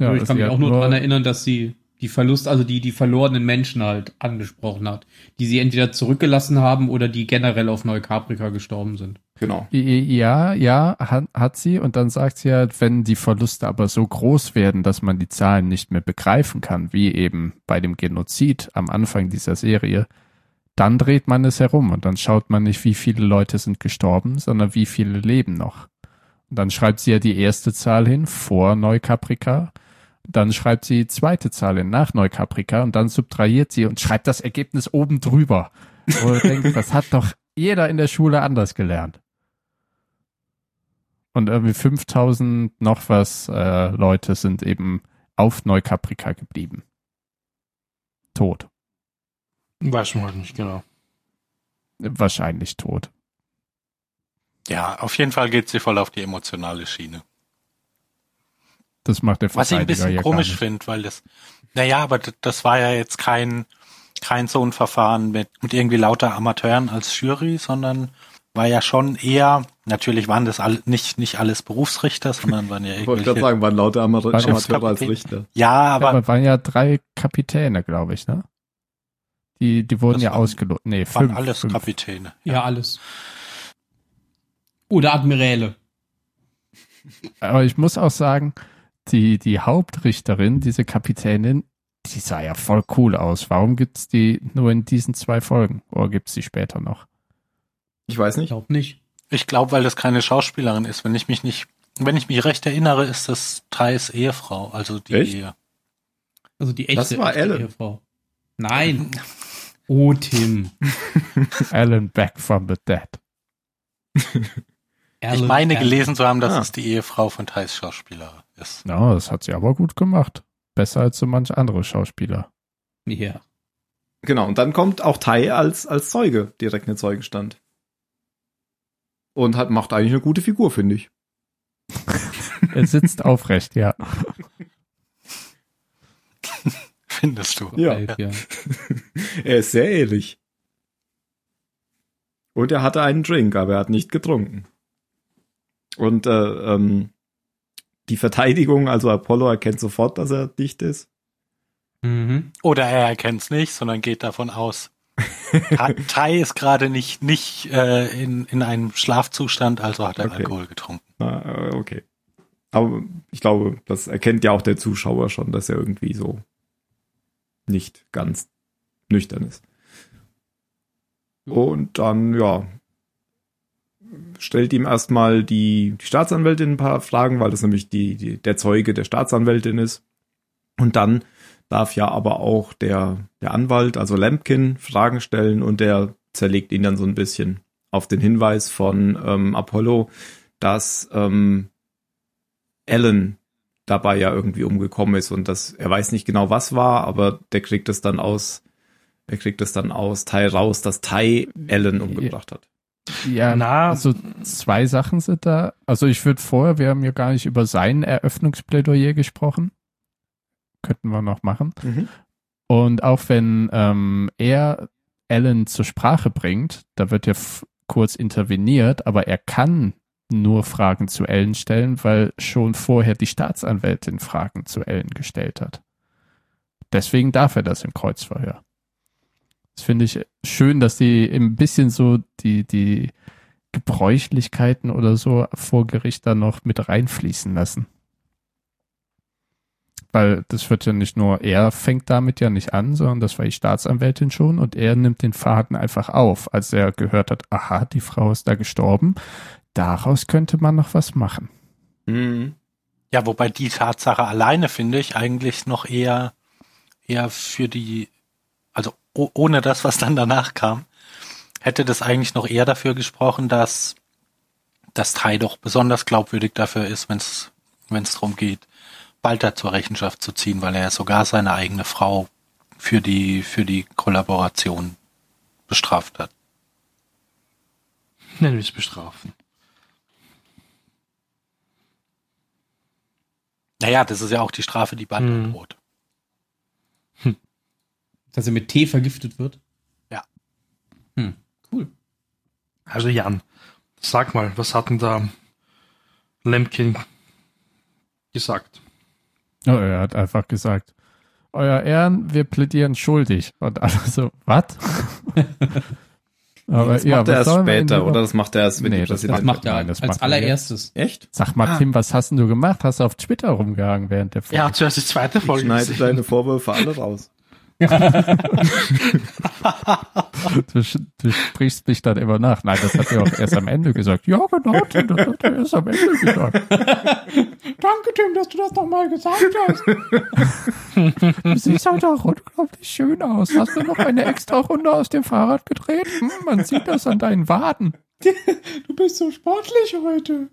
Ja, ich das kann mich eher auch nur daran erinnern, dass sie die Verlust, also die, die verlorenen Menschen halt angesprochen hat, die sie entweder zurückgelassen haben oder die generell auf Neukaprika gestorben sind. Genau. Ja, ja, hat, hat sie. Und dann sagt sie ja, wenn die Verluste aber so groß werden, dass man die Zahlen nicht mehr begreifen kann, wie eben bei dem Genozid am Anfang dieser Serie, dann dreht man es herum und dann schaut man nicht, wie viele Leute sind gestorben, sondern wie viele leben noch. Und dann schreibt sie ja die erste Zahl hin vor Neukaprika. Dann schreibt sie die zweite Zahl hin nach Neukaprika und dann subtrahiert sie und schreibt das Ergebnis oben drüber. Wo du denkst, das hat doch jeder in der Schule anders gelernt und irgendwie 5000 noch was äh, Leute sind eben auf Neukaprika geblieben. Tot. Weiß man halt nicht genau. Wahrscheinlich tot. Ja, auf jeden Fall geht sie voll auf die emotionale Schiene. Das macht der Was ich ein Verteidiger bisschen ja komisch gar nicht. finde, weil das, naja, aber d- das war ja jetzt kein, kein so ein Verfahren mit, mit irgendwie lauter Amateuren als Jury, sondern war ja schon eher, natürlich waren das all, nicht, nicht alles Berufsrichter, sondern waren ja Ich wollte gerade irgendwelche. sagen, waren lauter Amate- Schiffskapitän. Amateure als Richter. Ja, Aber, aber aber waren ja drei Kapitäne, glaube ich, ne? Die, die wurden Das ja waren- ausgelotet. Nee, waren fünf. alles fünf. Kapitäne. Ja, alles. Oder Admiräle. Aber ich muss auch sagen, die, die Hauptrichterin, diese Kapitänin, die sah ja voll cool aus. Warum gibt's die nur in diesen zwei Folgen? Oder gibt's die später noch? (laughs) Ich weiß Ich nicht. glaube nicht. Ich glaube, weil das keine Schauspielerin ist. Wenn ich mich nicht, wenn ich mich recht erinnere, ist das Thais Ehefrau, also die Echt? Ehe. Also die echte, Das war echte Ellen. Ehefrau. (laughs) Nein. Oh, Tim. Alan Back from the Dead. Ich Ellen, meine Ellen. gelesen zu haben, dass Ah. es die Ehefrau von Thais Schauspieler ist. Ja, das hat sie aber gut gemacht. Besser als so manch andere Schauspieler. Ja. Genau, und dann kommt auch Tai als, als Zeuge direkt in den Zeugenstand. Und hat, macht eigentlich eine gute Figur, finde ich. Er sitzt aufrecht, ja. Findest du? Ja. Halb, ja. er ist sehr ehrlich. Und er hatte einen Drink, aber er hat nicht getrunken. Und äh, ähm, die Verteidigung, also Apollo erkennt sofort, dass er dicht ist. Mhm. Oder er erkennt es nicht, sondern geht davon aus. Ta- Tai ist gerade nicht, nicht äh, in, in einem Schlafzustand, also hat er Okay. Alkohol getrunken. Na, äh, okay. Aber ich glaube, das erkennt ja auch der Zuschauer schon, dass er irgendwie so nicht ganz nüchtern ist. Und dann, ja, stellt ihm erstmal die, die Staatsanwältin ein paar Fragen, weil das nämlich die, die, der Zeuge der Staatsanwältin ist. Und dann darf ja aber auch der, der Anwalt, also Lampkin, Fragen stellen und der zerlegt ihn dann so ein bisschen auf den Hinweis von ähm, Apollo, dass ähm, Alan dabei ja irgendwie umgekommen ist und dass er weiß nicht genau was war, aber der kriegt es dann aus, er kriegt es dann aus Tai raus, dass Tai Alan umgebracht hat. Ja, Na, also zwei Sachen sind da. Also ich würde vorher, wir haben ja gar nicht über sein Eröffnungsplädoyer gesprochen. Könnten wir noch machen. Und auch wenn ähm, er Alan zur Sprache bringt, da wird ja f- kurz interveniert, aber er kann nur Fragen zu Ellen stellen, weil schon vorher die Staatsanwältin Fragen zu Ellen gestellt hat. Deswegen darf er das im Kreuzverhör. Das finde ich schön, dass die ein bisschen so die, die Gebräuchlichkeiten oder so vor Gericht dann noch mit reinfließen lassen. Weil das wird ja nicht nur, er fängt damit ja nicht an, sondern das war die Staatsanwältin schon und er nimmt den Faden einfach auf, als er gehört hat, aha, die Frau ist da gestorben. Daraus könnte man noch was machen. Mhm. Ja, wobei die Tatsache alleine, finde ich, eigentlich noch eher, eher für die, also o- ohne das, was dann danach kam, hätte das eigentlich noch eher dafür gesprochen, dass das Tai doch besonders glaubwürdig dafür ist, wenn es darum geht, Balter zur Rechenschaft zu ziehen, weil er ja sogar seine eigene Frau für die, für die Kollaboration bestraft hat. Nennen wir es bestrafen. Naja, das ist ja auch die Strafe, die Balter Mhm. droht. Dass er mit Tee vergiftet wird. Ja. Hm. Cool. Also Jan, sag mal, was hat denn da Lemkin gesagt? Ja, er hat einfach gesagt, Euer Ehren, wir plädieren schuldig. Und alle so, was? (laughs) Aber das was macht er erst sollen wir ihnen später, lieber- oder? Das macht er erst, wenn Nee, die das- das Das Präsidentin- macht er Nein, das als macht er allererstes. Echt? Sag mal, Ah. Tim, was hast denn du gemacht? Hast du auf Twitter rumgehangen während der Folge? Ja, zuerst die zweite Ich Folge. schneide gesehen. deine Vorwürfe alle raus. Du, sch- du sprichst mich dann immer nach. Nein, das hat er auch erst am Ende gesagt. Ja, genau, Tim, das hat er erst am Ende gesagt. (laughs) Danke, Tim, dass du das nochmal gesagt hast. Du (laughs) siehst halt auch unglaublich schön aus. Hast du noch eine extra Runde aus dem Fahrrad gedreht? Hm, man sieht das an deinen Waden. Du bist so sportlich heute.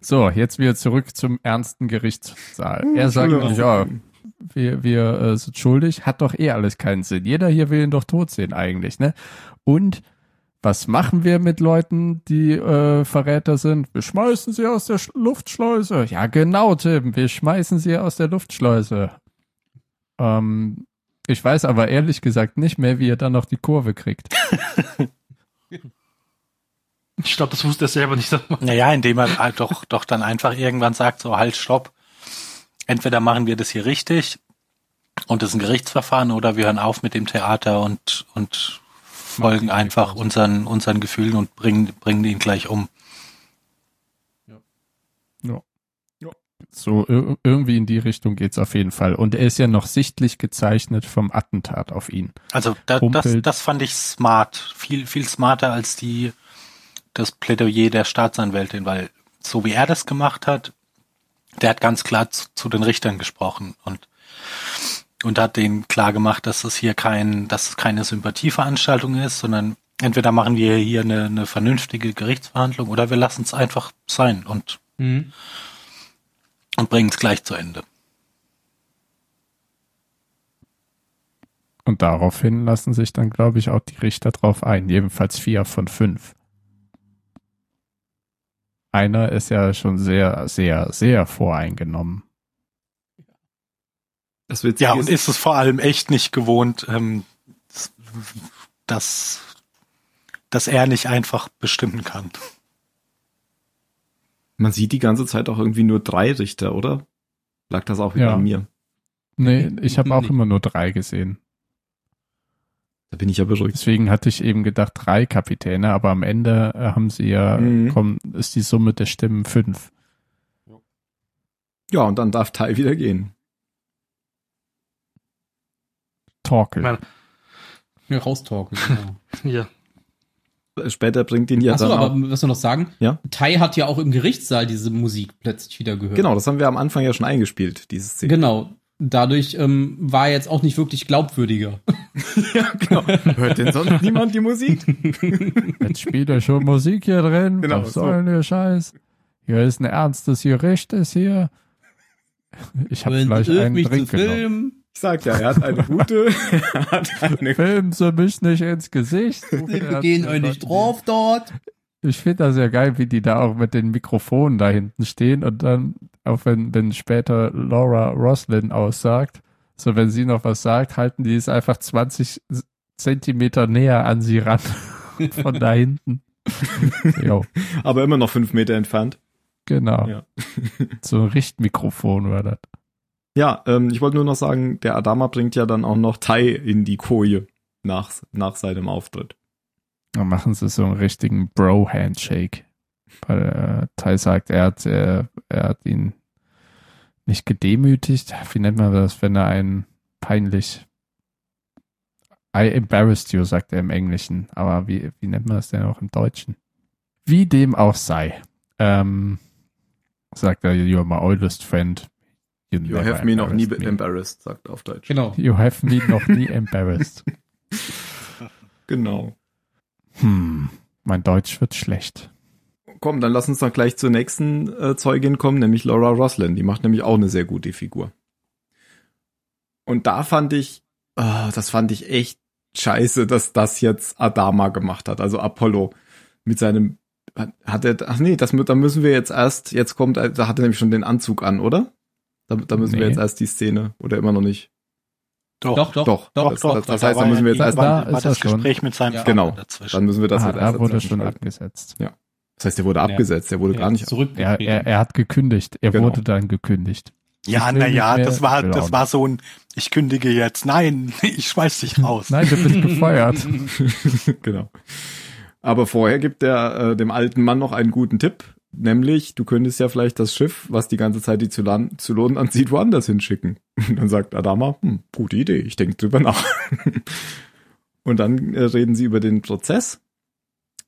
So, jetzt wieder zurück zum ernsten Gerichtssaal. Er sagt, Entschuldigung. ja, wir, wir äh, sind schuldig, hat doch eh alles keinen Sinn. Jeder hier will ihn doch tot sehen eigentlich, ne? Und was machen wir mit Leuten, die äh, Verräter sind? Wir schmeißen sie aus der Sch Luftschleuse. Ja, genau, Tim, wir schmeißen sie aus der Luftschleuse. Ähm, ich weiß aber ehrlich gesagt nicht mehr, wie ihr dann noch die Kurve kriegt. Ich glaube, das wusste er selber nicht. (laughs) Naja, indem er halt doch, doch dann einfach irgendwann sagt, so halt, stopp. Entweder machen wir das hier richtig und das ist ein Gerichtsverfahren oder wir hören auf mit dem Theater und, und folgen einfach unseren, unseren Gefühlen und bringen, bringen ihn gleich um. Ja. So ir irgendwie in die Richtung geht's auf jeden Fall. Und er ist ja noch sichtlich gezeichnet vom Attentat auf ihn. Also da, das, Humpelt. das fand ich smart. Viel, viel smarter als die, das Plädoyer der Staatsanwältin, weil so wie er das gemacht hat, der hat ganz klar zu, zu den Richtern gesprochen und, und hat denen klar gemacht, dass es hier kein, dass es keine Sympathieveranstaltung ist, sondern entweder machen wir hier eine, eine vernünftige Gerichtsverhandlung oder wir lassen es einfach sein und, Mhm. und bringen es gleich zu Ende. Und daraufhin lassen sich dann, glaube ich, auch die Richter drauf ein. Jedenfalls vier von fünf. Einer ist ja schon sehr, sehr, sehr voreingenommen. Das Witzige Ja, und ist es vor allem echt nicht gewohnt, ähm, dass, dass er nicht einfach bestimmen kann. man sieht die ganze Zeit auch irgendwie nur drei Richter, oder? Lag das auch wieder Ja. an mir? Nee, ich habe auch Nee. immer nur drei gesehen. Da bin ich ja beruhigt. Deswegen hatte ich eben gedacht, drei Kapitäne, aber am Ende äh, haben sie ja, Mhm. kommen, ist die Summe der Stimmen fünf. Ja, und dann darf Tai wieder gehen. Torkel. Mein- Ja, raustalken. Genau. Ja. Später bringt ihn ja Achso, dann aber auch. was wir noch sagen, Ja? Tai hat ja auch im Gerichtssaal diese Musik plötzlich wieder gehört. Genau, das haben wir am Anfang ja schon eingespielt, diese Szene. Genau. Dadurch ähm, war er jetzt auch nicht wirklich glaubwürdiger. Ja, genau. Hört denn sonst (laughs) niemand die Musik? Jetzt spielt er schon Musik hier drin. (laughs) Genau, Was so. soll denn der Scheiß? Hier ist ein ernstes Gericht, ist hier. Ich habe Wenn vielleicht Sie einen mich zu Drink genommen. filmen, Ich sag ja, er hat eine gute, (laughs) er hat eine Filmen Sie mich nicht ins Gesicht. Wir gehen euch nicht drauf dort. Ich finde das ja geil, wie die da auch mit den Mikrofonen da hinten stehen und dann, auch wenn, wenn später Laura Roslin aussagt, so wenn sie noch was sagt, halten die es einfach 20 Zentimeter näher an sie (laughs) ran. Von da hinten. jo, aber immer noch fünf Meter entfernt. genau. (laughs) Ja. So ein Richtmikrofon war das. Ja, ähm, ich wollte nur noch sagen, der Adama bringt ja dann auch noch Tai in die Koje nach, nach seinem Auftritt. Dann machen sie so einen richtigen Bro-Handshake. Weil äh, Tai sagt, er hat, äh, er hat ihn nicht gedemütigt. Wie nennt man das, wenn er einen peinlich. I embarrassed you, sagt er im Englischen. Aber wie, wie nennt man das denn auch im Deutschen? Wie dem auch sei. Ähm, sagt er, you're my oldest friend. You, never embarrassed me. embarrassed, sagt er auf Deutsch. Genau. You have me noch nie (laughs) embarrassed. Genau. Hm, mein Deutsch wird schlecht. Komm, dann lass uns doch gleich zur nächsten äh, Zeugin kommen, nämlich Laura Roslin. Die macht nämlich auch eine sehr gute Figur. Und da fand ich, ah, das fand ich echt scheiße, dass das jetzt Adama gemacht hat, also Apollo mit seinem hat- hat er, ach nee, das, mü- da müssen wir jetzt erst, jetzt kommt, äh, da hat er nämlich schon den Anzug an, oder? Da, da müssen wir Nee. jetzt erst die Szene, oder immer noch nicht. Doch, doch. Doch, Doch, das, doch, das, das da heißt, da war müssen wir ja jetzt erst, irgendwann- war, Da war ist er das schon. Gespräch mit seinem Ja. Genau. Vater dazwischen. dann müssen wir das ah, jetzt da erst wurde schon abgeschalten. abgesetzt. Das heißt, der wurde abgesetzt, der wurde Ja, gar nicht Er, zurückgetreten. er, er hat gekündigt. Er Genau. wurde dann gekündigt. Ja, Ich will naja, nicht mehr- das war, halt- ich will auch das war so ein, ich kündige jetzt. Nein, (laughs) ich schmeiß dich raus. Nein, du bist (laughs) gefeuert. genau. Aber vorher gibt er äh, dem alten Mann noch einen guten Tipp, nämlich, du könntest ja vielleicht das Schiff, was die ganze Zeit die Zylan- Zylonen anzieht, woanders hinschicken. (laughs) Und dann sagt Adama, hm, gute Idee, ich denke drüber nach. (laughs) Und dann äh, reden sie über den Prozess.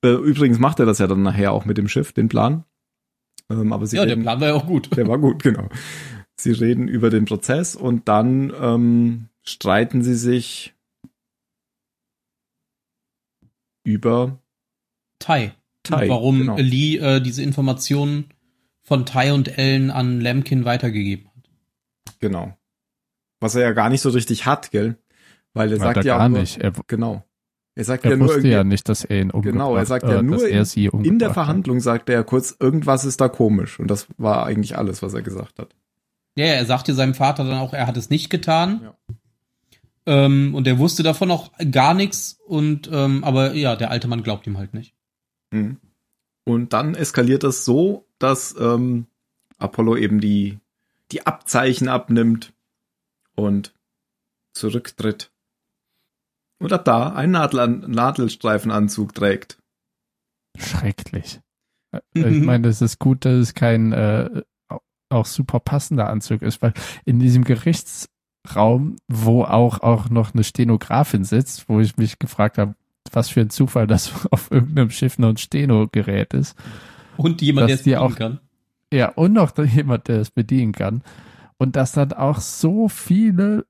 Äh, übrigens macht er das ja dann nachher auch mit dem Schiff, den Plan. Ähm, aber sie ja, der reden- Plan war ja auch gut. der war gut, genau. Sie reden über den Prozess und dann ähm, streiten sie sich über Tai. Tai, Warum genau. Lee äh, diese Informationen von Tai und Ellen an Lemkin weitergegeben hat. genau, was er ja gar nicht so richtig hat, gell? Weil er Hat sagt er ja auch gar nur, nicht. Er, genau. Er sagt er ja nur wusste irgendwie, ja nicht, dass er ihn umgebracht Genau, er sagt ja äh, nur dass er sie umgebracht (laughs) in der hat. Verhandlung sagt er ja kurz, irgendwas ist da komisch und das war eigentlich alles, was er gesagt hat. Ja, ja, er sagte seinem Vater dann auch, er hat es nicht getan. Ja. Ähm, und er wusste davon auch gar nichts. Und ähm, aber ja, der alte Mann glaubt ihm halt nicht. Mhm. Und dann eskaliert das so, dass ähm, Apollo eben die, die Abzeichen abnimmt und zurücktritt. Und ab da einen Nadel Nadelstreifenanzug trägt. (laughs) Schrecklich. Äh, Ich meine, es ist gut, dass es kein äh, auch super passender Anzug ist, weil in diesem Gerichtsraum, wo auch, auch noch eine Stenografin sitzt, wo ich mich gefragt habe, was für ein Zufall, dass (laughs) auf irgendeinem Schiff noch ein Steno-Gerät ist. Und jemand, Dass der es die bedienen auch- kann. Ja, und noch (laughs) da jemand, der es bedienen kann. Und dass dann auch so viele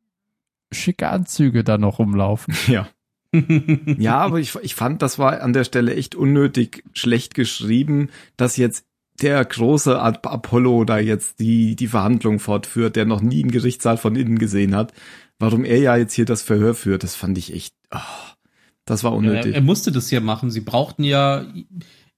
schicke Anzüge da noch rumlaufen. Ja. (laughs) Ja, aber ich, ich fand, das war an der Stelle echt unnötig schlecht geschrieben, dass jetzt der große Ap- Apollo da jetzt die, die Verhandlung fortführt, der noch nie einen Gerichtssaal von innen gesehen hat. Warum er ja jetzt hier das Verhör führt, das fand ich echt, ah, das war er, unnötig. er musste das ja machen. Sie brauchten ja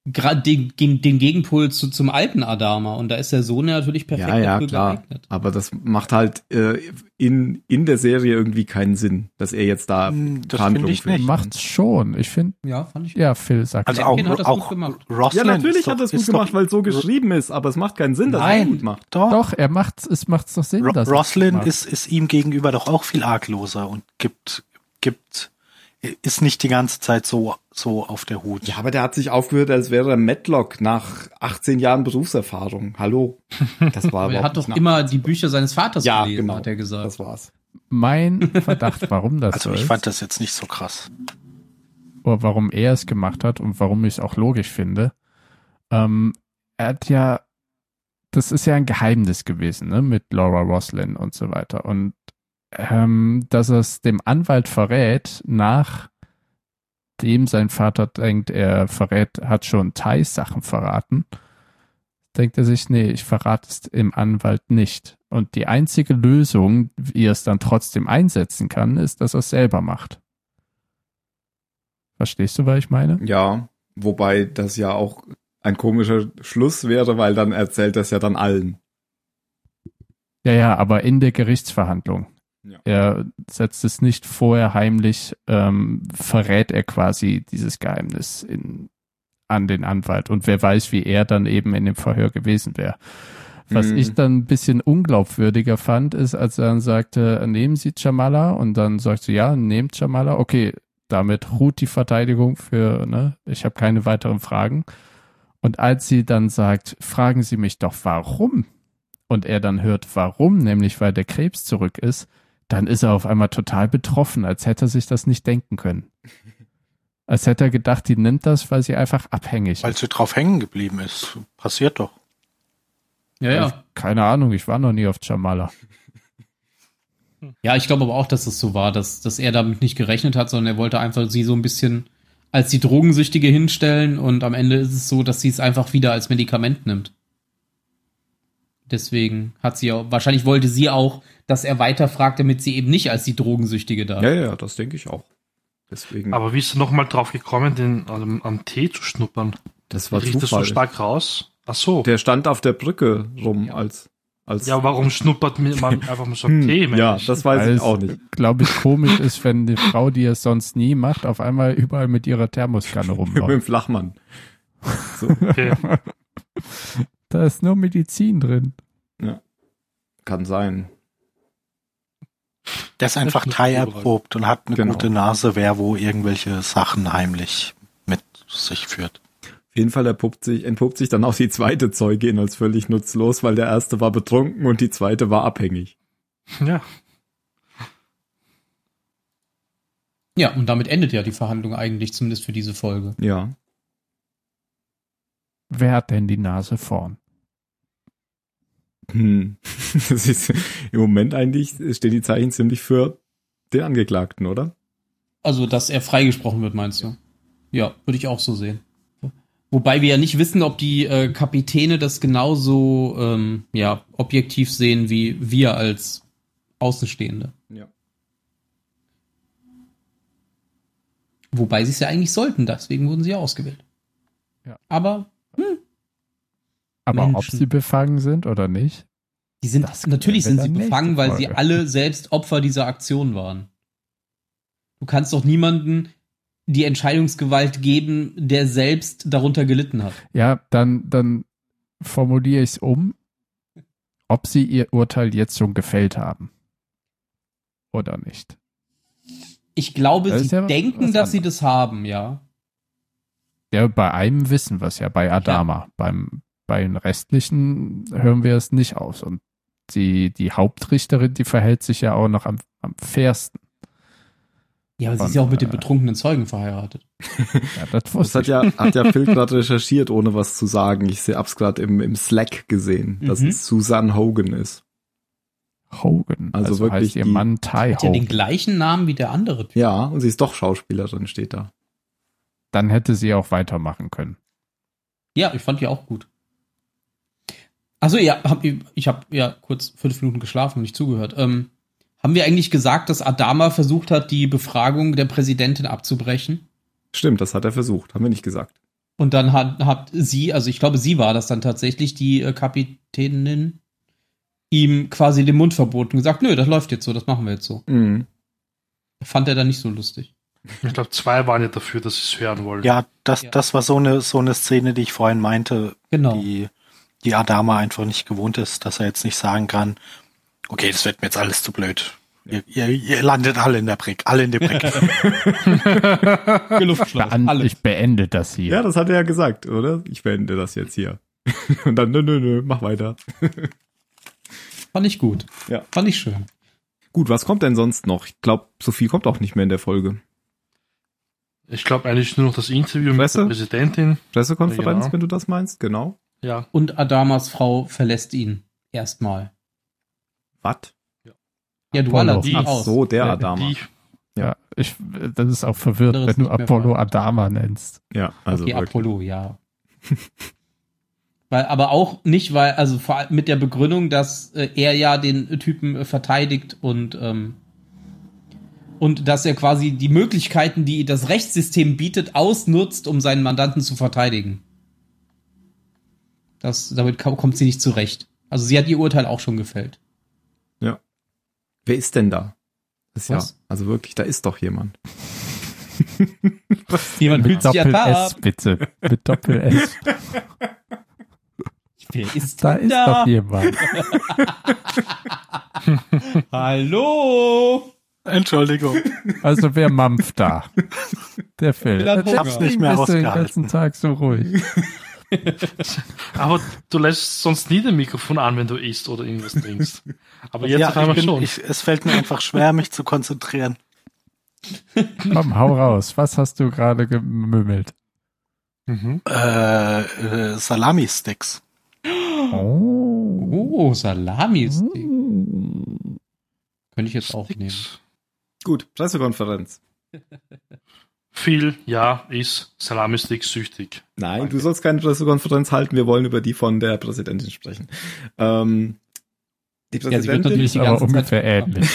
gerade den, den, den Gegenpol zu, zum alten Adama. Und da ist der Sohn ja natürlich (laughs) perfekt Ja, ja, dafür klar. geeignet. Aber das macht halt äh, in, in der Serie irgendwie keinen Sinn, dass er jetzt da Hm, Das Verhandlung finde ich führt. nicht. Macht's schon. Ich finde, Ja, fand ich. ja, Phil sagt Also Ja, auch, Anakin hat das gut auch gemacht. Roslin Ja, ist natürlich hat doch- er es gut ist doch- gemacht, weil es so geschrieben ist, aber es macht keinen Sinn, dass er es Nein. gut macht. Doch, Doch, er macht es macht's doch Sinn, Ro dass Roslin macht. ist, ist ihm gegenüber doch auch viel argloser und gibt, gibt, ist nicht die ganze Zeit so, so auf der Hut. Ja, aber der hat sich aufgehört, als wäre er Matlock nach 18 Jahren Berufserfahrung. Hallo. Das war (laughs) Aber er überhaupt hat doch nicht immer die Bücher seines Vaters Ja, gelesen, genau. hat er nach- gesagt. Das war's. mein Verdacht, warum (laughs) das also so ich ist, fand das jetzt nicht so krass. oder warum er es gemacht hat und warum ich es auch logisch finde. Ähm, er hat ja, das ist ja ein Geheimnis gewesen, ne, mit Laura Roslin und so weiter. Und ähm, dass er es dem Anwalt verrät, nachdem sein Vater denkt, er verrät, hat schon Thais Sachen verraten, denkt er sich, nee, ich verrate es dem Anwalt nicht. Und die einzige Lösung, wie er es dann trotzdem einsetzen kann, ist, dass er es selber macht. Verstehst du, was ich meine? Ja, wobei das ja auch ein komischer Schluss wäre, weil dann erzählt das ja dann allen. Ja, ja, aber in der Gerichtsverhandlung. Ja. Er setzt es nicht vorher heimlich, ähm, verrät er quasi dieses Geheimnis in, an den Anwalt. Und wer weiß, wie er dann eben in dem Verhör gewesen wäre. Was Mhm. ich dann ein bisschen unglaubwürdiger fand, ist, als er dann sagte, nehmen Sie Jamala und dann sagt sie, ja, nehmt Jamala. Okay, damit ruht die Verteidigung für, ne, ich habe keine weiteren Fragen. Und als sie dann sagt, fragen Sie mich doch, warum? Und er dann hört, warum, nämlich weil der Krebs zurück ist, dann ist er auf einmal total betroffen, als hätte er sich das nicht denken können. Als hätte er gedacht, die nimmt das, weil sie einfach abhängig Weil ist. sie drauf hängen geblieben ist. Passiert doch. Ja, Weil ja. ich- Keine Ahnung, ich war noch nie auf Jamala. Ja, ich glaube aber auch, dass es so war, dass, dass er damit nicht gerechnet hat, sondern er wollte einfach sie so ein bisschen als die Drogensüchtige hinstellen und am Ende ist es so, dass sie es einfach wieder als Medikament nimmt. Deswegen hat sie ja, wahrscheinlich wollte sie auch, dass er weiterfragt, damit sie eben nicht als die Drogensüchtige da. Ja, ja, das denke ich auch. Deswegen, Aber wie ist er nochmal drauf gekommen, den am, am Tee zu schnuppern? das war Riecht das so Zufall. stark raus? Ach so. der stand auf der Brücke rum als, als, Ja, warum schnuppert mir man einfach mal so einen Hm, Tee? Mensch? ja, das weiß Weil ich es, auch nicht. glaube ich, komisch ist, wenn die Frau, die es sonst nie macht, auf einmal überall mit ihrer Thermoskanne Mit rumläuft. dem Flachmann. okay. Da ist nur Medizin drin. Kann sein. Der ist einfach stimmt. Thai erprobt und hat eine Genau. gute Nase, wer wo irgendwelche Sachen heimlich mit sich führt. Auf jeden Fall erpuppt sich, entpuppt sich dann auch die zweite Zeugin als völlig nutzlos, weil der erste war betrunken und die zweite war abhängig. ja. ja, und damit endet ja die Verhandlung eigentlich, zumindest für diese Folge. Ja. Wer hat denn die Nase vorn? Hm. (laughs) Das ist im Moment eigentlich stehen die Zeichen ziemlich für den Angeklagten, oder? Also, dass er freigesprochen wird, meinst du? Ja, würde ich auch so sehen. Wobei wir ja nicht wissen, ob die äh, Kapitäne das genauso ähm, ja, objektiv sehen wie wir als Außenstehende. Ja. Wobei sie es ja eigentlich sollten, deswegen wurden sie ja ausgewählt. Ja. Aber Aber ob Menschen. sie befangen sind oder nicht? die sind Das natürlich klären sind wir dann sie nächste befangen, weil sie Folge. alle selbst Opfer dieser Aktion waren. Du kannst doch niemanden die Entscheidungsgewalt geben, der selbst darunter gelitten hat. Ja, dann, dann formuliere ich es um, ob sie ihr Urteil jetzt schon gefällt haben. Oder nicht. Ich glaube, Das sie ist ja was denken, dass sie das haben, ja. Ja, bei einem wissen wir es ja, bei Adama. Beim, bei den restlichen hören wir es nicht auf. Und die, die Hauptrichterin, die verhält sich ja auch noch am, am fairsten. Ja, aber sie Von, ist ja auch mit dem äh, betrunkenen Zeugen verheiratet. Ja, das Das wusste hat ich. ja, hat ja Phil gerade recherchiert, ohne was zu sagen. Ich hab's gerade im, im Slack gesehen, dass Mhm. es Susan Hogan ist. Hogan. Also Also, wirklich heißt ihr die- Mann Ty Hat ja den Hogan. gleichen Namen wie der andere Typ. Ja, und sie ist doch Schauspielerin, steht da. Dann hätte sie auch weitermachen können. Ja, ich fand die auch gut. Also ja, hab, ich habe ja kurz fünf Minuten geschlafen und nicht zugehört. Ähm, haben wir eigentlich gesagt, dass Adama versucht hat, die Befragung der Präsidentin abzubrechen? Stimmt, das hat er versucht, haben wir nicht gesagt. Und dann hat, hat sie, also ich glaube, sie war das dann tatsächlich, die äh, Kapitänin, ihm quasi den Mund verboten und gesagt, nö, das läuft jetzt so, das machen wir jetzt so. Mhm. Fand er dann nicht so lustig. Ich glaube, zwei waren ja dafür, dass sie es hören wollen. Ja, das, Ja. das war so eine, so eine Szene, die ich vorhin meinte, Genau. (laughs) die, die Adama einfach nicht gewohnt ist, dass er jetzt nicht sagen kann, okay, das wird mir jetzt alles zu blöd. Ihr, ihr, ihr landet alle in der Brick, alle in der (laughs) Brick. Luftschloss. Bean Alle. Ich beende das hier. Ja, das hat er ja gesagt, oder? Ich beende das jetzt hier. (laughs) und dann, nö, nö, nö, mach weiter. Fand ich gut. Ja. Fand ich schön. Gut, was kommt denn sonst noch? Ich glaube, so viel kommt auch nicht mehr in der Folge. Ich glaube eigentlich nur noch das Interview mit Presse? der Präsidentin. Pressekonferenz, Ja. wenn du das meinst, genau. Ja. Und Adamas Frau verlässt ihn. Erstmal. Was? Ja, du Apollo. Walla, zieh Ach aus. So, der Ja, Adama. Äh, Die, Ja, ich, das ist auch verwirrt, Anderes wenn du nicht mehr Apollo vorhanden. Adama nennst. Ja, also okay, wirklich. Apollo, ja. weil, aber auch nicht, weil, also vor allem mit der Begründung, dass äh, er ja den Typen äh, verteidigt und, ähm, und dass er quasi die Möglichkeiten, die das Rechtssystem bietet, ausnutzt, um seinen Mandanten zu verteidigen. Das, damit ka- kommt sie nicht zurecht. Also sie hat ihr Urteil auch schon gefällt. Wer ist denn da? Das ist ja, Was? also wirklich, da ist doch jemand. Jemand Mit Doppel S, bitte. Mit Doppel S. (laughs) Wer ist Da ist da? doch jemand. Hallo! Entschuldigung. Also wer mampft da? Der Phil. Will hat Der Hunger. Hab's nicht mehr ist den ausgehalten. ganzen Tag so ruhig. aber du lässt sonst nie dein Mikrofon an, wenn du isst oder irgendwas trinkst. Aber jetzt auf ja, ich einmal bin, schon. ich, es fällt mir einfach schwer, mich zu konzentrieren. Komm, hau raus. Was hast du gerade gemümmelt? mhm. Äh, äh, Salami-Sticks. Oh. Oh, Salami-Stick. Könnte ich jetzt auch nehmen. Sticks. Gut, Pressekonferenz. Viel, ja, ist Salami-Sticks süchtig. Nein, du sollst keine Pressekonferenz halten. Wir wollen über die von der Präsidentin sprechen. Ähm, die Ja, sie wird natürlich Ist die aber ganze Zeit. (laughs) ungefähr ähnlich.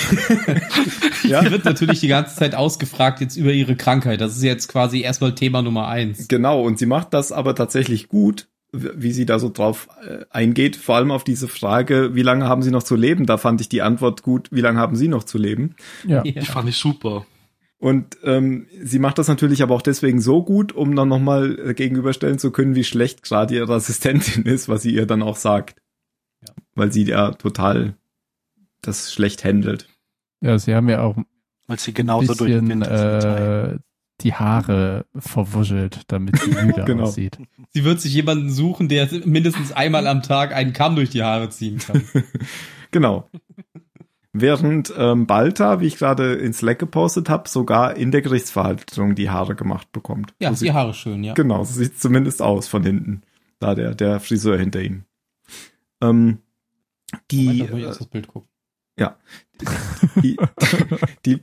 Ja. Sie wird natürlich die ganze Zeit ausgefragt jetzt über ihre Krankheit. Das ist jetzt quasi erstmal Thema Nummer eins. Genau, und sie macht das aber tatsächlich gut, w- wie sie da so drauf äh, eingeht. Vor allem auf diese Frage, wie lange haben sie noch zu leben? Da fand ich die Antwort gut, wie lange haben sie noch zu leben? (laughs) Ja. Genau. Die fand ich super. Und ähm, sie macht das natürlich aber auch deswegen so gut, um dann nochmal äh, gegenüberstellen zu können, wie schlecht gerade ihre Assistentin (laughs) ist, was sie ihr dann auch sagt. Weil sie ja total das schlecht handelt. ja, sie haben ja auch ein Weil sie genauso durch den bisschen Wind ist. äh, die Haare verwuschelt, (laughs) damit sie müde Genau. aussieht. Sie wird sich jemanden suchen, der mindestens einmal am Tag einen Kamm durch die Haare ziehen kann. Genau. Während ähm, Balta, wie ich gerade in Slack gepostet habe, sogar in der Gerichtsverhandlung die Haare gemacht bekommt. (laughs) Ja, So die Haare schön, ja. Genau, so sieht zumindest aus von hinten. Da der, der Friseur hinter ihm. Ähm, die, Moment, da muss ich äh, jetzt das Bild gucken. die, (laughs) die,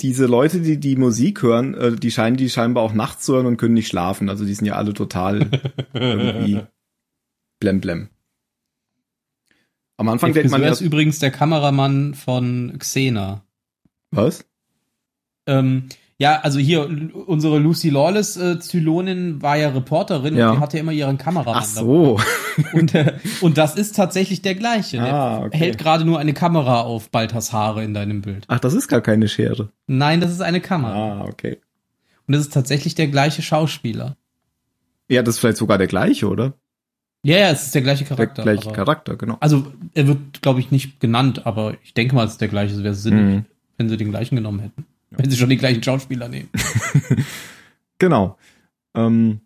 diese Leute, die die Musik hören, äh, die scheinen die scheinbar auch nachts zu hören und können nicht schlafen. Also die sind ja alle total (laughs) irgendwie blem blem. Am Anfang Der denkt man Friseur ja, ist übrigens der Kameramann von Xena. was? Ähm, ja, also hier, l- unsere Lucy Lawless-Zylonin war ja Reporterin Ja. und die hatte immer ihren Kameramann Ach so. dabei. Und, äh, und das ist tatsächlich der gleiche. ne? Der Ah, okay. hält gerade nur eine Kamera auf Balthas Haare in deinem Bild. Ach, das ist gar keine Schere. Nein, das ist eine Kamera. Ah, okay. Und das ist tatsächlich der gleiche Schauspieler. Ja, das ist vielleicht sogar der gleiche, oder? Ja, ja, es ist der gleiche Der Charakter. gleiche aber- Charakter, genau. Also, er wird, glaube ich, nicht genannt, aber ich denke mal, es ist der gleiche. Es wäre sinnig, Mhm. wenn sie den gleichen genommen hätten. Wenn sie schon den gleichen Schauspieler nehmen. Genau. Ähm,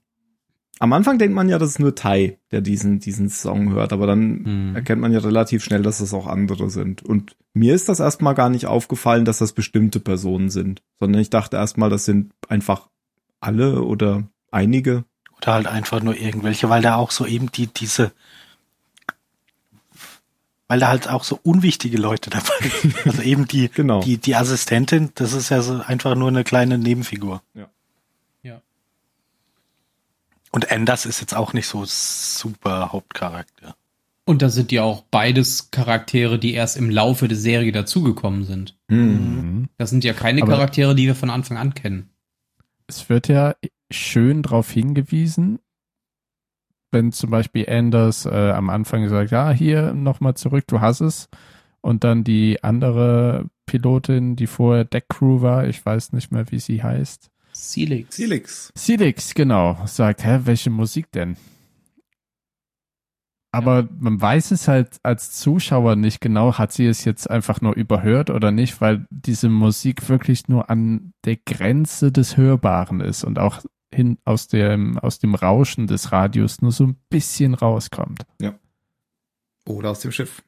Am Anfang denkt man ja, das ist nur Tai, der diesen, diesen Song hört, aber dann Hm. erkennt man ja relativ schnell, dass es auch andere sind. Und mir ist das erstmal gar nicht aufgefallen, dass das bestimmte Personen sind, sondern ich dachte erstmal, das sind einfach alle oder einige. Oder halt einfach nur irgendwelche, weil da auch so eben die, diese, weil da halt auch so unwichtige Leute (laughs) dabei sind. Also eben die, Genau. die, die Assistentin, das ist ja so einfach nur eine kleine Nebenfigur. Ja. Ja. Und Anders ist jetzt auch nicht so super Hauptcharakter. Und das sind ja auch beides Charaktere, die erst im Laufe der Serie dazugekommen sind. Hm. Mhm. Das sind ja keine Aber- Charaktere, die wir von Anfang an kennen. es wird ja schön darauf hingewiesen, wenn zum Beispiel Anders äh, am Anfang sagt, ja, hier nochmal zurück, du hast es. Und dann die andere Pilotin, die vorher Deckcrew war, ich weiß nicht mehr, wie sie heißt. Silix. Felix. Silix, genau, sagt, hä, welche Musik denn? Aber man weiß es halt als Zuschauer nicht genau, hat sie es jetzt einfach nur überhört oder nicht, weil diese Musik wirklich nur an der Grenze des Hörbaren ist und auch hin aus dem, aus dem Rauschen des Radios nur so ein bisschen rauskommt. Oder aus dem Schiff.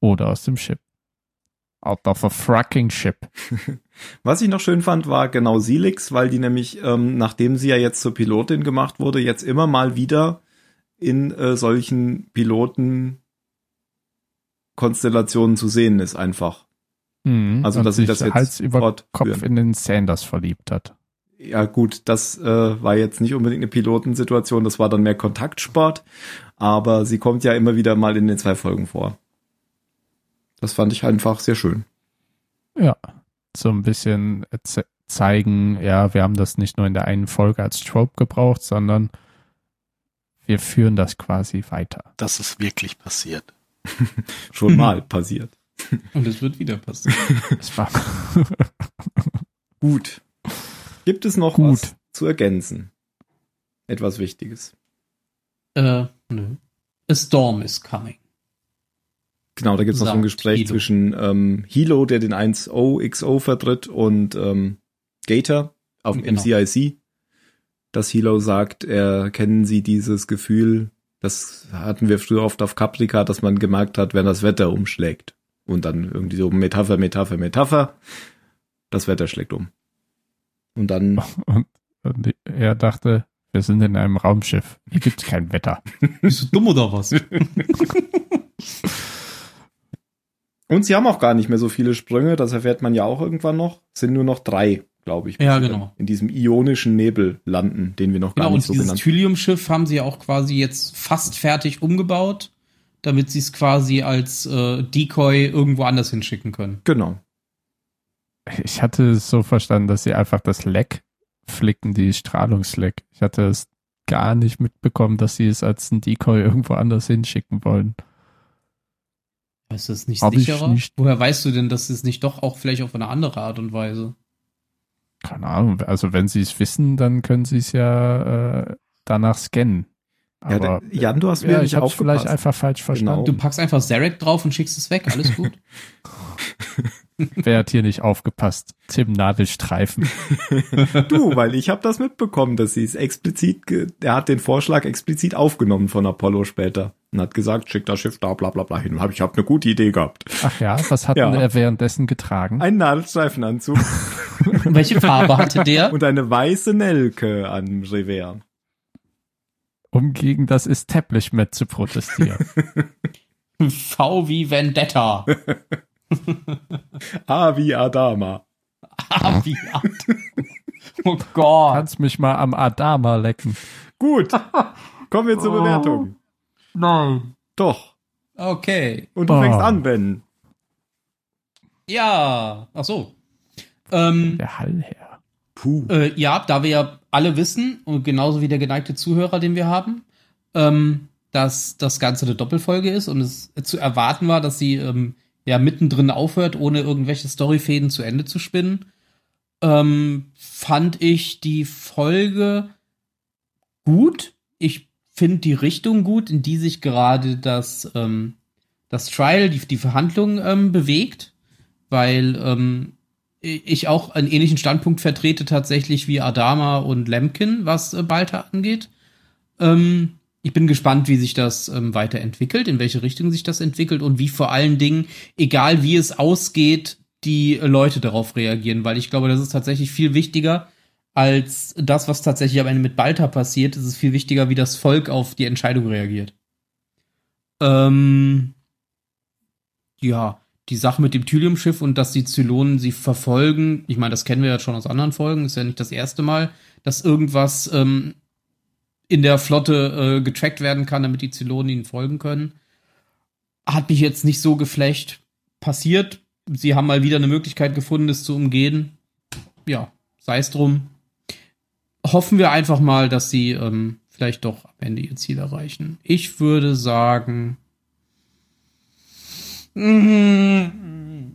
Oder aus dem Ship. Out of a fracking ship. Was ich noch schön fand, war genau Silix, weil die nämlich, ähm, nachdem sie ja jetzt zur Pilotin gemacht wurde, jetzt immer mal wieder in äh, solchen Pilotenkonstellationen zu sehen ist einfach. Mhm. Also, und dass sie sich das jetzt Hals über Kopf fortführen. in den Sanders verliebt hat. Ja gut, das äh, war jetzt nicht unbedingt eine Pilotensituation, das war dann mehr Kontaktsport, aber sie kommt ja immer wieder mal in den zwei Folgen vor. Das fand ich einfach sehr schön. Ja, so ein bisschen ze- zeigen, ja, wir haben das nicht nur in der einen Folge als Trope gebraucht, sondern wir führen das quasi (laughs) weiter. Das ist wirklich passiert. (laughs) Schon mal passiert. Und es wird wieder passen. (laughs) Das war (laughs) Gut. Gibt es noch Gut. was zu ergänzen? Etwas Wichtiges. äh, nö. A storm is coming. Genau, da gibt es noch so ein Sagt Gespräch Hilo. zwischen ähm, Hilo, der den 1OXO vertritt, und ähm, Gator auf dem Genau. MCIC, dass Hilo sagt, er kennen sie dieses Gefühl, das hatten wir früher oft auf Caprica, dass man gemerkt hat, wenn das Wetter umschlägt. Und dann irgendwie so Metapher, Metapher, Metapher, das Wetter schlägt um. Und (laughs) dann, und, und er dachte, wir sind in einem Raumschiff. Hier gibt's kein Wetter. Bist du dumm oder (laughs) was? und sie haben auch gar nicht mehr so viele Sprünge, das erfährt man ja auch irgendwann noch, Es sind nur noch drei, glaube ich. bis Ja, sie dann genau. In diesem ionischen Nebel landen, den wir noch gar genau, nicht und so dieses genannt Thylium-Schiff haben sie ja auch quasi jetzt fast fertig umgebaut, damit sie es quasi als äh, Decoy irgendwo anders hinschicken können. Genau. Ich hatte es so verstanden, dass sie einfach das Leck flicken, die Strahlungsleck. Ich hatte es gar nicht mitbekommen, dass sie es als ein Decoy irgendwo anders hinschicken wollen. Ist das nicht Hab ich sicherer? nicht. Woher weißt du denn, dass es nicht doch auch vielleicht auf eine andere Art und Weise? Keine Ahnung, also wenn sie es wissen, dann können sie es ja äh, danach scannen. Ja, Aber der- Jan, du hast mir ja, nicht ich hab's aufgepasst. Genau. vielleicht einfach falsch verstanden. Du packst einfach Zarek drauf und schickst es weg, (laughs) alles gut. Wer hat hier nicht aufgepasst? Tim (laughs) Nadelstreifen. du, weil ich habe das mitbekommen, dass sie es explizit, ge- er hat den Vorschlag explizit aufgenommen von Apollo später und hat gesagt, schick das Schiff da, bla bla bla hin. Hab, ich habe eine gute Idee gehabt. Ach ja, was hat Ja. denn er währenddessen getragen? (laughs) Einen Nadelstreifenanzug Welche (laughs) Farbe hatte der? und eine weiße Nelke an Revers. Um gegen das Establishment zu (laughs) protestieren. V wie Vendetta. Ah, wie Adama. Ah, wie alt. Oh Ah. Gott. Kannst mich mal am Adama lecken. (laughs) Gut. Kommen wir Oh. zur Bewertung. Nein. Doch. Okay. Und du Oh. Ah. fängst an, Ben. Ja. Ach so. Ähm, Der Hallherr. Puh. Äh, ja, da wir ja alle wissen, und genauso wie der geneigte Zuhörer, den wir haben, ähm, dass das Ganze eine Doppelfolge ist und es zu erwarten war, dass sie ähm, ja mittendrin aufhört, ohne irgendwelche Storyfäden zu Ende zu spinnen, ähm, fand ich die Folge gut. Ich finde die Richtung gut, in die sich gerade das, ähm, das Trial, die, die Verhandlung ähm, bewegt, weil ähm, ich auch einen ähnlichen Standpunkt vertrete tatsächlich wie Adama und Lemkin, was äh, Balta angeht. Ähm, ich bin gespannt, wie sich das ähm, weiterentwickelt, in welche Richtung sich das entwickelt und wie vor allen Dingen, egal wie es ausgeht, die äh, Leute darauf reagieren, weil ich glaube, das ist tatsächlich viel wichtiger als das, was tatsächlich am Ende mit Balta passiert. Es ist viel wichtiger, wie das Volk auf die Entscheidung reagiert. Ähm, ja, die Sache mit dem Thylium-Schiff und dass die Zylonen sie verfolgen, ich meine, das kennen wir ja schon aus anderen Folgen, ist ja nicht das erste Mal, dass irgendwas ähm, in der Flotte äh, getrackt werden kann, damit die Zylonen ihnen folgen können. Hat mich jetzt nicht so geflecht passiert. Sie haben mal wieder eine Möglichkeit gefunden, es zu umgehen. Ja, sei es drum. Hoffen wir einfach mal, dass sie ähm, vielleicht doch am Ende ihr Ziel erreichen. Ich würde sagen. mm,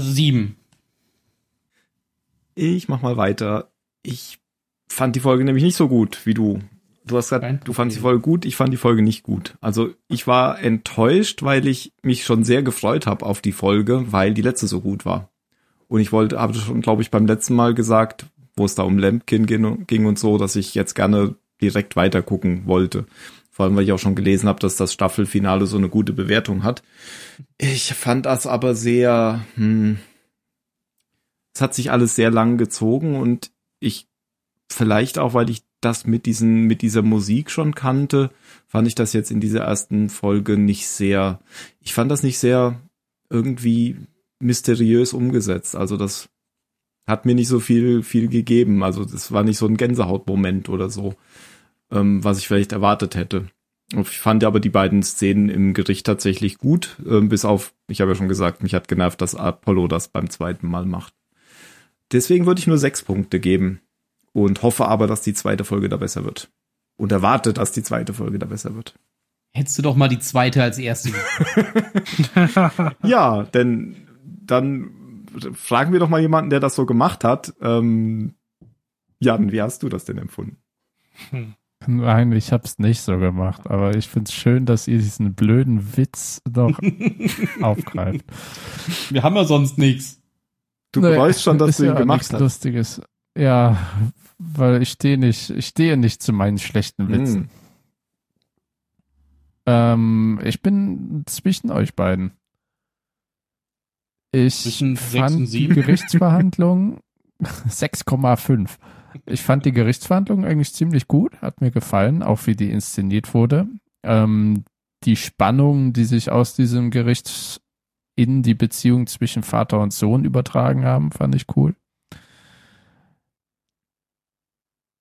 Sieben. Ich mach mal weiter. Ich fand die Folge nämlich nicht so gut wie du. Du hast Kein gesagt, du fandst die Problem. Folge gut, ich fand die Folge nicht gut. Also ich war enttäuscht, weil ich mich schon sehr gefreut habe auf die Folge, weil die letzte so gut war. Und ich wollte, habe schon, glaube ich, beim letzten Mal gesagt, wo es da um Lampkin ging, ging und so, dass ich jetzt gerne direkt weiter gucken wollte. Vor allem, weil ich auch schon gelesen habe, dass das Staffelfinale so eine gute Bewertung hat. Ich fand das aber sehr, hm, es hat sich alles sehr lang gezogen und ich vielleicht auch, weil ich das mit diesen, mit dieser Musik schon kannte, fand ich das jetzt in dieser ersten Folge nicht sehr, ich fand das nicht sehr irgendwie mysteriös umgesetzt. Also das hat mir nicht so viel, viel gegeben. Also das war nicht so ein Gänsehautmoment oder so, ähm, was ich vielleicht erwartet hätte. Ich fand aber die beiden Szenen im Gericht tatsächlich gut, ähm, bis auf, ich habe ja schon gesagt, mich hat genervt, dass Apollo das beim zweiten Mal macht. Deswegen würde ich nur sechs Punkte geben und hoffe aber, dass die zweite Folge da besser wird. Und erwarte, dass die zweite Folge da besser wird. Hättest du doch mal die zweite als erste. Ja, denn dann fragen wir doch mal jemanden, der das so gemacht hat. Ähm, Jan, wie hast du das denn empfunden? Nein, ich hab's nicht so gemacht, aber ich find's schön, dass ihr diesen blöden Witz (laughs) noch aufgreift. wir haben ja sonst nichts. Du Naja, bereust schon, (laughs) dass ist du ihn ja gemacht nichts hast. Lustiges. Ja, weil ich stehe nicht, ich stehe nicht zu meinen schlechten Witzen. Hm. Ähm, ich bin zwischen euch beiden. Ich Zwischen sechs fand und sieben? die (laughs) Gerichtsverhandlung 6,5. Ich fand die Gerichtsverhandlung eigentlich ziemlich gut, hat mir gefallen, auch wie die inszeniert wurde. Ähm, die Spannung, die sich aus diesem Gericht in die Beziehung zwischen Vater und Sohn übertragen haben, fand ich cool.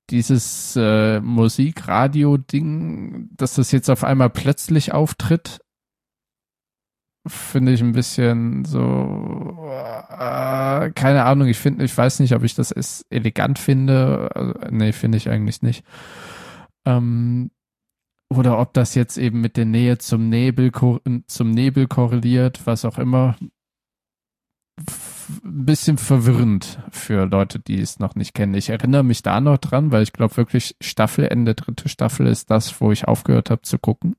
dieses äh, Musik-Radio-Ding, dass das jetzt auf einmal plötzlich auftritt, finde ich ein bisschen so, äh, keine Ahnung, ich finde, ich weiß nicht, ob ich das es- elegant finde, also, nee, finde ich eigentlich nicht. Ähm, oder ob das jetzt eben mit der Nähe zum Nebel, ko- zum Nebel korreliert, was auch immer. F- Ein bisschen verwirrend für Leute, die es noch nicht kennen. Ich erinnere mich da noch dran, weil ich glaube wirklich, Staffelende, dritte Staffel ist das, wo ich aufgehört habe zu gucken.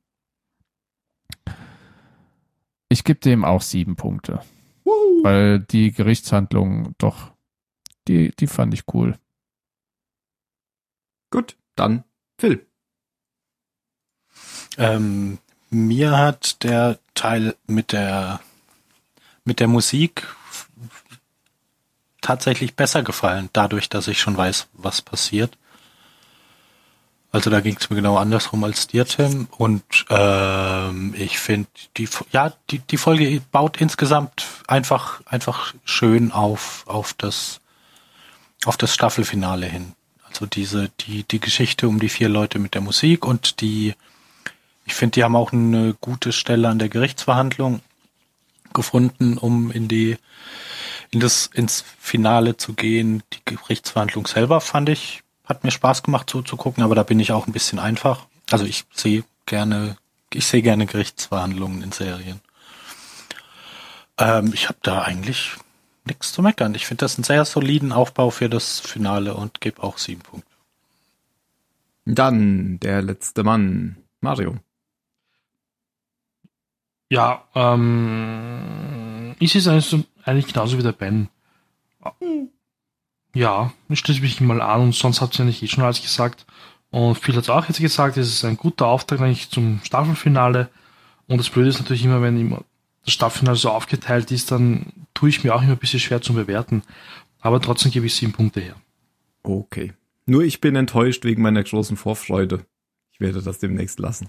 Ich gebe dem auch sieben Punkte. Weil die Gerichtshandlung doch, die, die fand ich cool. Gut, dann Phil. Ähm, mir hat der Teil mit der mit der Musik f- tatsächlich besser gefallen, dadurch, dass ich schon weiß, was passiert. Also da ging es mir genau andersrum als dir, Tim. Und ähm, ich finde die F- ja die die Folge baut insgesamt einfach einfach schön auf auf das auf das Staffelfinale hin. Also diese die die Geschichte um die vier Leute mit der Musik und die ich finde, die haben auch eine gute Stelle an der Gerichtsverhandlung gefunden, um in die in das ins Finale zu gehen. Die Gerichtsverhandlung selber fand ich hat mir Spaß gemacht zuzugucken, aber da bin ich auch ein bisschen einfach. Also ich sehe gerne ich sehe gerne Gerichtsverhandlungen in Serien. Ähm, ich habe da eigentlich nichts zu meckern. Ich finde das einen sehr soliden Aufbau für das Finale und gebe auch sieben Punkte. Dann der letzte Mann, Mario. Ja, ähm, ich sehe es eigentlich, so- eigentlich genauso wie der Ben. Hm. Ja, ich schließe mich mal an und sonst habt ihr eigentlich eh schon alles gesagt. Und viel hat es auch jetzt gesagt, es ist ein guter Auftakt eigentlich zum Staffelfinale. Und das Blöde ist natürlich immer, wenn immer das Staffelfinale so aufgeteilt ist, dann tue ich mir auch immer ein bisschen schwer zum Bewerten. Aber trotzdem gebe ich sieben Punkte her. Okay. Nur ich bin enttäuscht wegen meiner großen Vorfreude. Ich werde das demnächst lassen.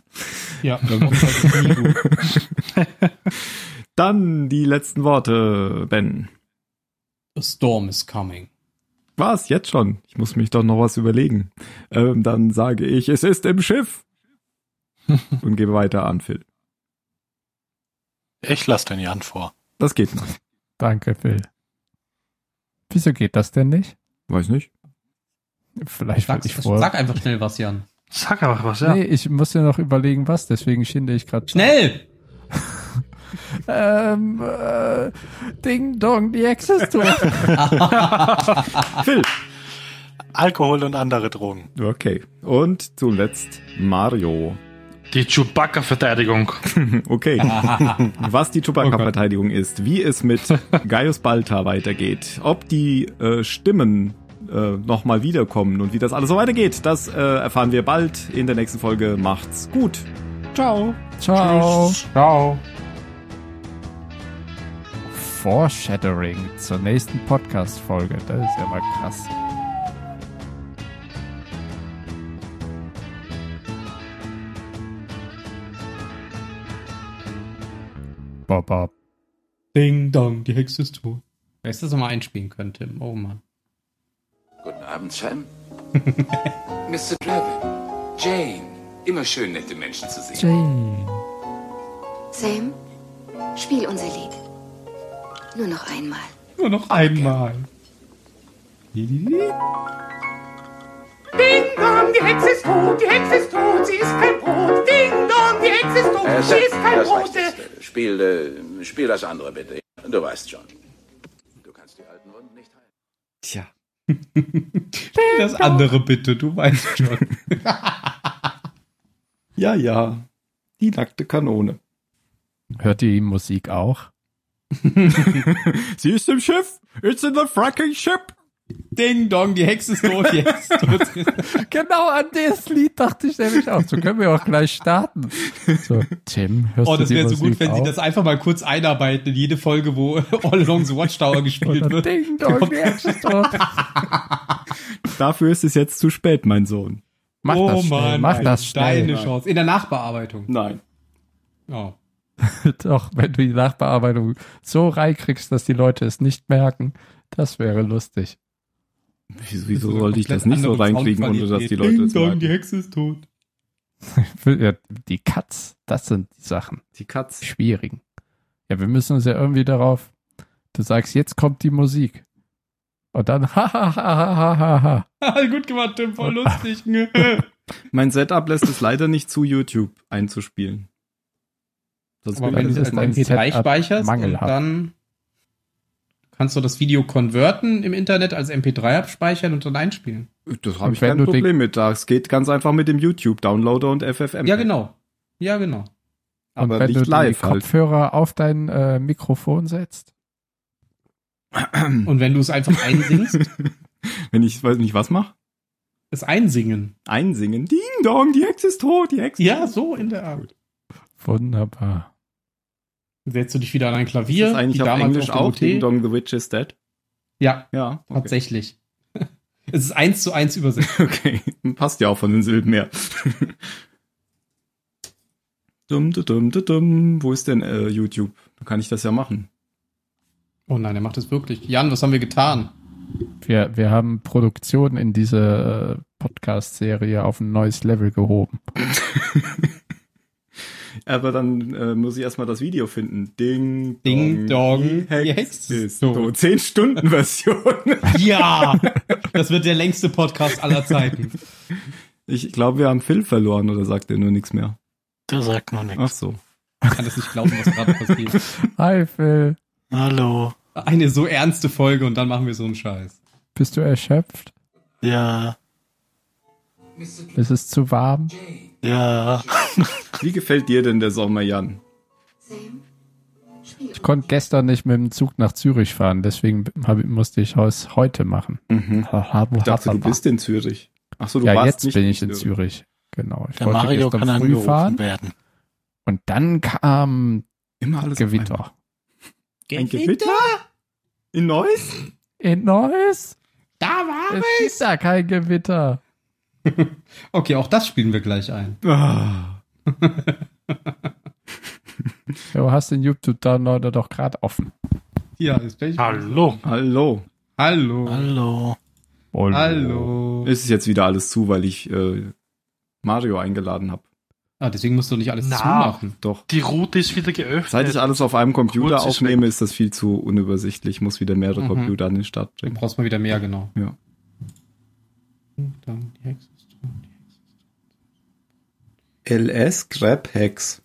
Ja, dann kommt halt nie gut. Dann die letzten Worte, Ben. A storm is coming. Was? Jetzt schon? Ich muss mich doch noch was überlegen. Ähm, dann sage ich, es ist im Schiff. Und gebe weiter an Phil. Ich lasse den Jan vor. Das geht noch. Danke, Phil. Wieso geht das denn nicht? Weiß nicht. Vielleicht Sag, wollte ich vor. sag einfach schnell was, Jan. Sag einfach was, ja. Nee, ich muss ja noch überlegen, was, deswegen schinde ich gerade. Schnell! Ähm, äh, Ding Dong, die (laughs) Existenz. Phil. Alkohol und andere Drogen. Okay. Und zuletzt Mario. Die (laughs) Chewbacca-Verteidigung. Okay. Was die Chewbacca-Verteidigung ist, wie es mit Gaius Balta weitergeht, ob die äh, Stimmen äh, nochmal wiederkommen und wie das alles so weitergeht, das äh, erfahren wir bald in der nächsten Folge. Macht's gut. Ciao. Ciao. Ciao. Foreshadowing zur nächsten Podcast-Folge. Das ist ja mal krass. Bob, Bob. Ding dong, die Hexe ist tot. Wer ist das nochmal einspielen können, Tim? Oh Mann. Guten Abend, Sam. (laughs) Mr. Trevor. Jane. Immer schön, nette Menschen zu sehen. Sam, spiel unser Lied. Nur noch einmal. Nur noch einmal. Ding dong, die Hexe ist tot, die Hexe ist tot, sie isst kein Brot. Ding dong, die Hexe ist tot, Äh, sie Sam, isst kein das Brot. reicht jetzt. Spiel, äh, spiel das andere bitte. Du weißt schon. Du kannst die alten Wunden nicht heilen. Tja. Das andere bitte, du weißt schon. (laughs) Ja, ja. Die nackte Kanone. Hört ihr die Musik auch? Sie ist im Schiff. It's in the fracking ship. Ding dong, die Hexe ist tot, die Hexe (laughs) ist tot. Genau an das Lied dachte ich nämlich auch. So können wir auch gleich starten. So, Tim, hörst Oh, du das die wäre so Musik gut, wenn auch? sie das einfach mal kurz einarbeiten in jede Folge, wo (laughs) All Along the Watchtower gespielt Oder wird. Ding Dong, die Existenz. Dafür ist es jetzt zu spät, mein Sohn. Mach oh das schnell, Mann, mach Mann, das schnell. deine Chance. In der Nachbearbeitung. Oh. Nein. Ja. (laughs) Doch, wenn du die Nachbearbeitung so reinkriegst, dass die Leute es nicht merken, das wäre lustig. Wieso, wieso ist eine sollte ich das nicht komplett so andere reinkriegen, ohne dass die Leute Ding es dong, die merken? Hexe ist tot. Ja, Die Cuts, das sind die Sachen, Die die Katze. schwierigen. Ja, wir müssen uns ja irgendwie darauf, du sagst, jetzt kommt die Musik. Und dann, (laughs) ha, ha, ha, ha, ha, ha, ha. Gut gemacht, Tim, (laughs) voll lustig. Mein Setup lässt es leider nicht zu, YouTube einzuspielen. Sonst Aber will wenn ich du das es ist mein als MP3 Setup speicherst und mangelhaft. dann kannst du das Video konverten im Internet als MP3 abspeichern und dann einspielen. Das Und habe ich wenn kein du die- Problem mit. Das geht ganz einfach mit dem YouTube-Downloader und FFM. Ja, genau. Ja, genau. Und Aber wenn nicht du live die halt. Kopfhörer auf dein äh, Mikrofon setzt. Hm. Und wenn du es einfach (laughs) einsingst, Wenn ich weiß nicht was mache, es einsingen. einsingen. Ding Dong, die Hexe ist tot, die Hexe. Ja, so in der Art. Wunderbar. Setzt du dich wieder an ein ist Klavier, das eigentlich auf Englisch dem auch. OT. Ding Dong, the Witch is dead. Ja, Ja, okay. tatsächlich. (laughs) es ist eins zu eins übersetzt. okay. (laughs) Passt ja auch von den Silben her. (laughs) dum, dum, dum, dum, dum. Wo ist denn äh, YouTube? Da kann ich das ja machen. Oh nein, er macht es wirklich. Jan, was haben wir getan? Wir, wir haben Produktion in diese äh, Podcast-Serie auf ein neues Level gehoben. Aber dann äh, muss ich erstmal das Video finden. Ding, Ding Dong, die Hexe ist tot. Zehn Stunden Version. (laughs) Ja! Das wird der längste Podcast aller Zeiten. Ich glaube, wir haben Phil verloren oder sagt er nur nichts mehr? Der sagt noch nichts. Ach so. Ich kann das nicht glauben, was gerade passiert. Hi Phil, Hallo. Eine so ernste Folge und dann machen wir so einen Scheiß. bist du erschöpft? Ja, Ist es zu warm? ja. Wie gefällt dir denn der Sommer, Jan? Sam, spiel Ich konnte gestern nicht mit dem Zug nach Zürich fahren, deswegen hab, musste ich es heute machen. Mhm. Ich dachte, du bist in Zürich. Ach so, du ja, jetzt warst nicht bin ich in Zürich. Zürich. Genau. Ich Der wollte Mario gestern kann früh angerufen fahren ne? werden. und dann kam Immer alles auf einmal. Gewitter. Ein Gewitter? In Neuss? In Neuss? Da war Es ist da kein Gewitter. Okay, auch das spielen wir gleich ein. Ah. Du hast den YouTube-Downloader doch gerade offen. Ja, ist welch. Hallo. Hallo. Hallo. Hallo. Hallo. Es ist jetzt wieder alles zu, weil ich äh, Mario eingeladen habe. Ah, deswegen musst du nicht alles Na. zumachen. Doch. Die Route ist wieder geöffnet. Seit ich alles auf einem Computer Kurz ist aufnehme, ist das viel zu unübersichtlich. Ich muss wieder mehrere Mhm. Computer an den Start Du bringen. brauchst mal wieder mehr, genau. Ja. Dann die Hexe ist tot, die Hexe ist tot. LS Grab Hex.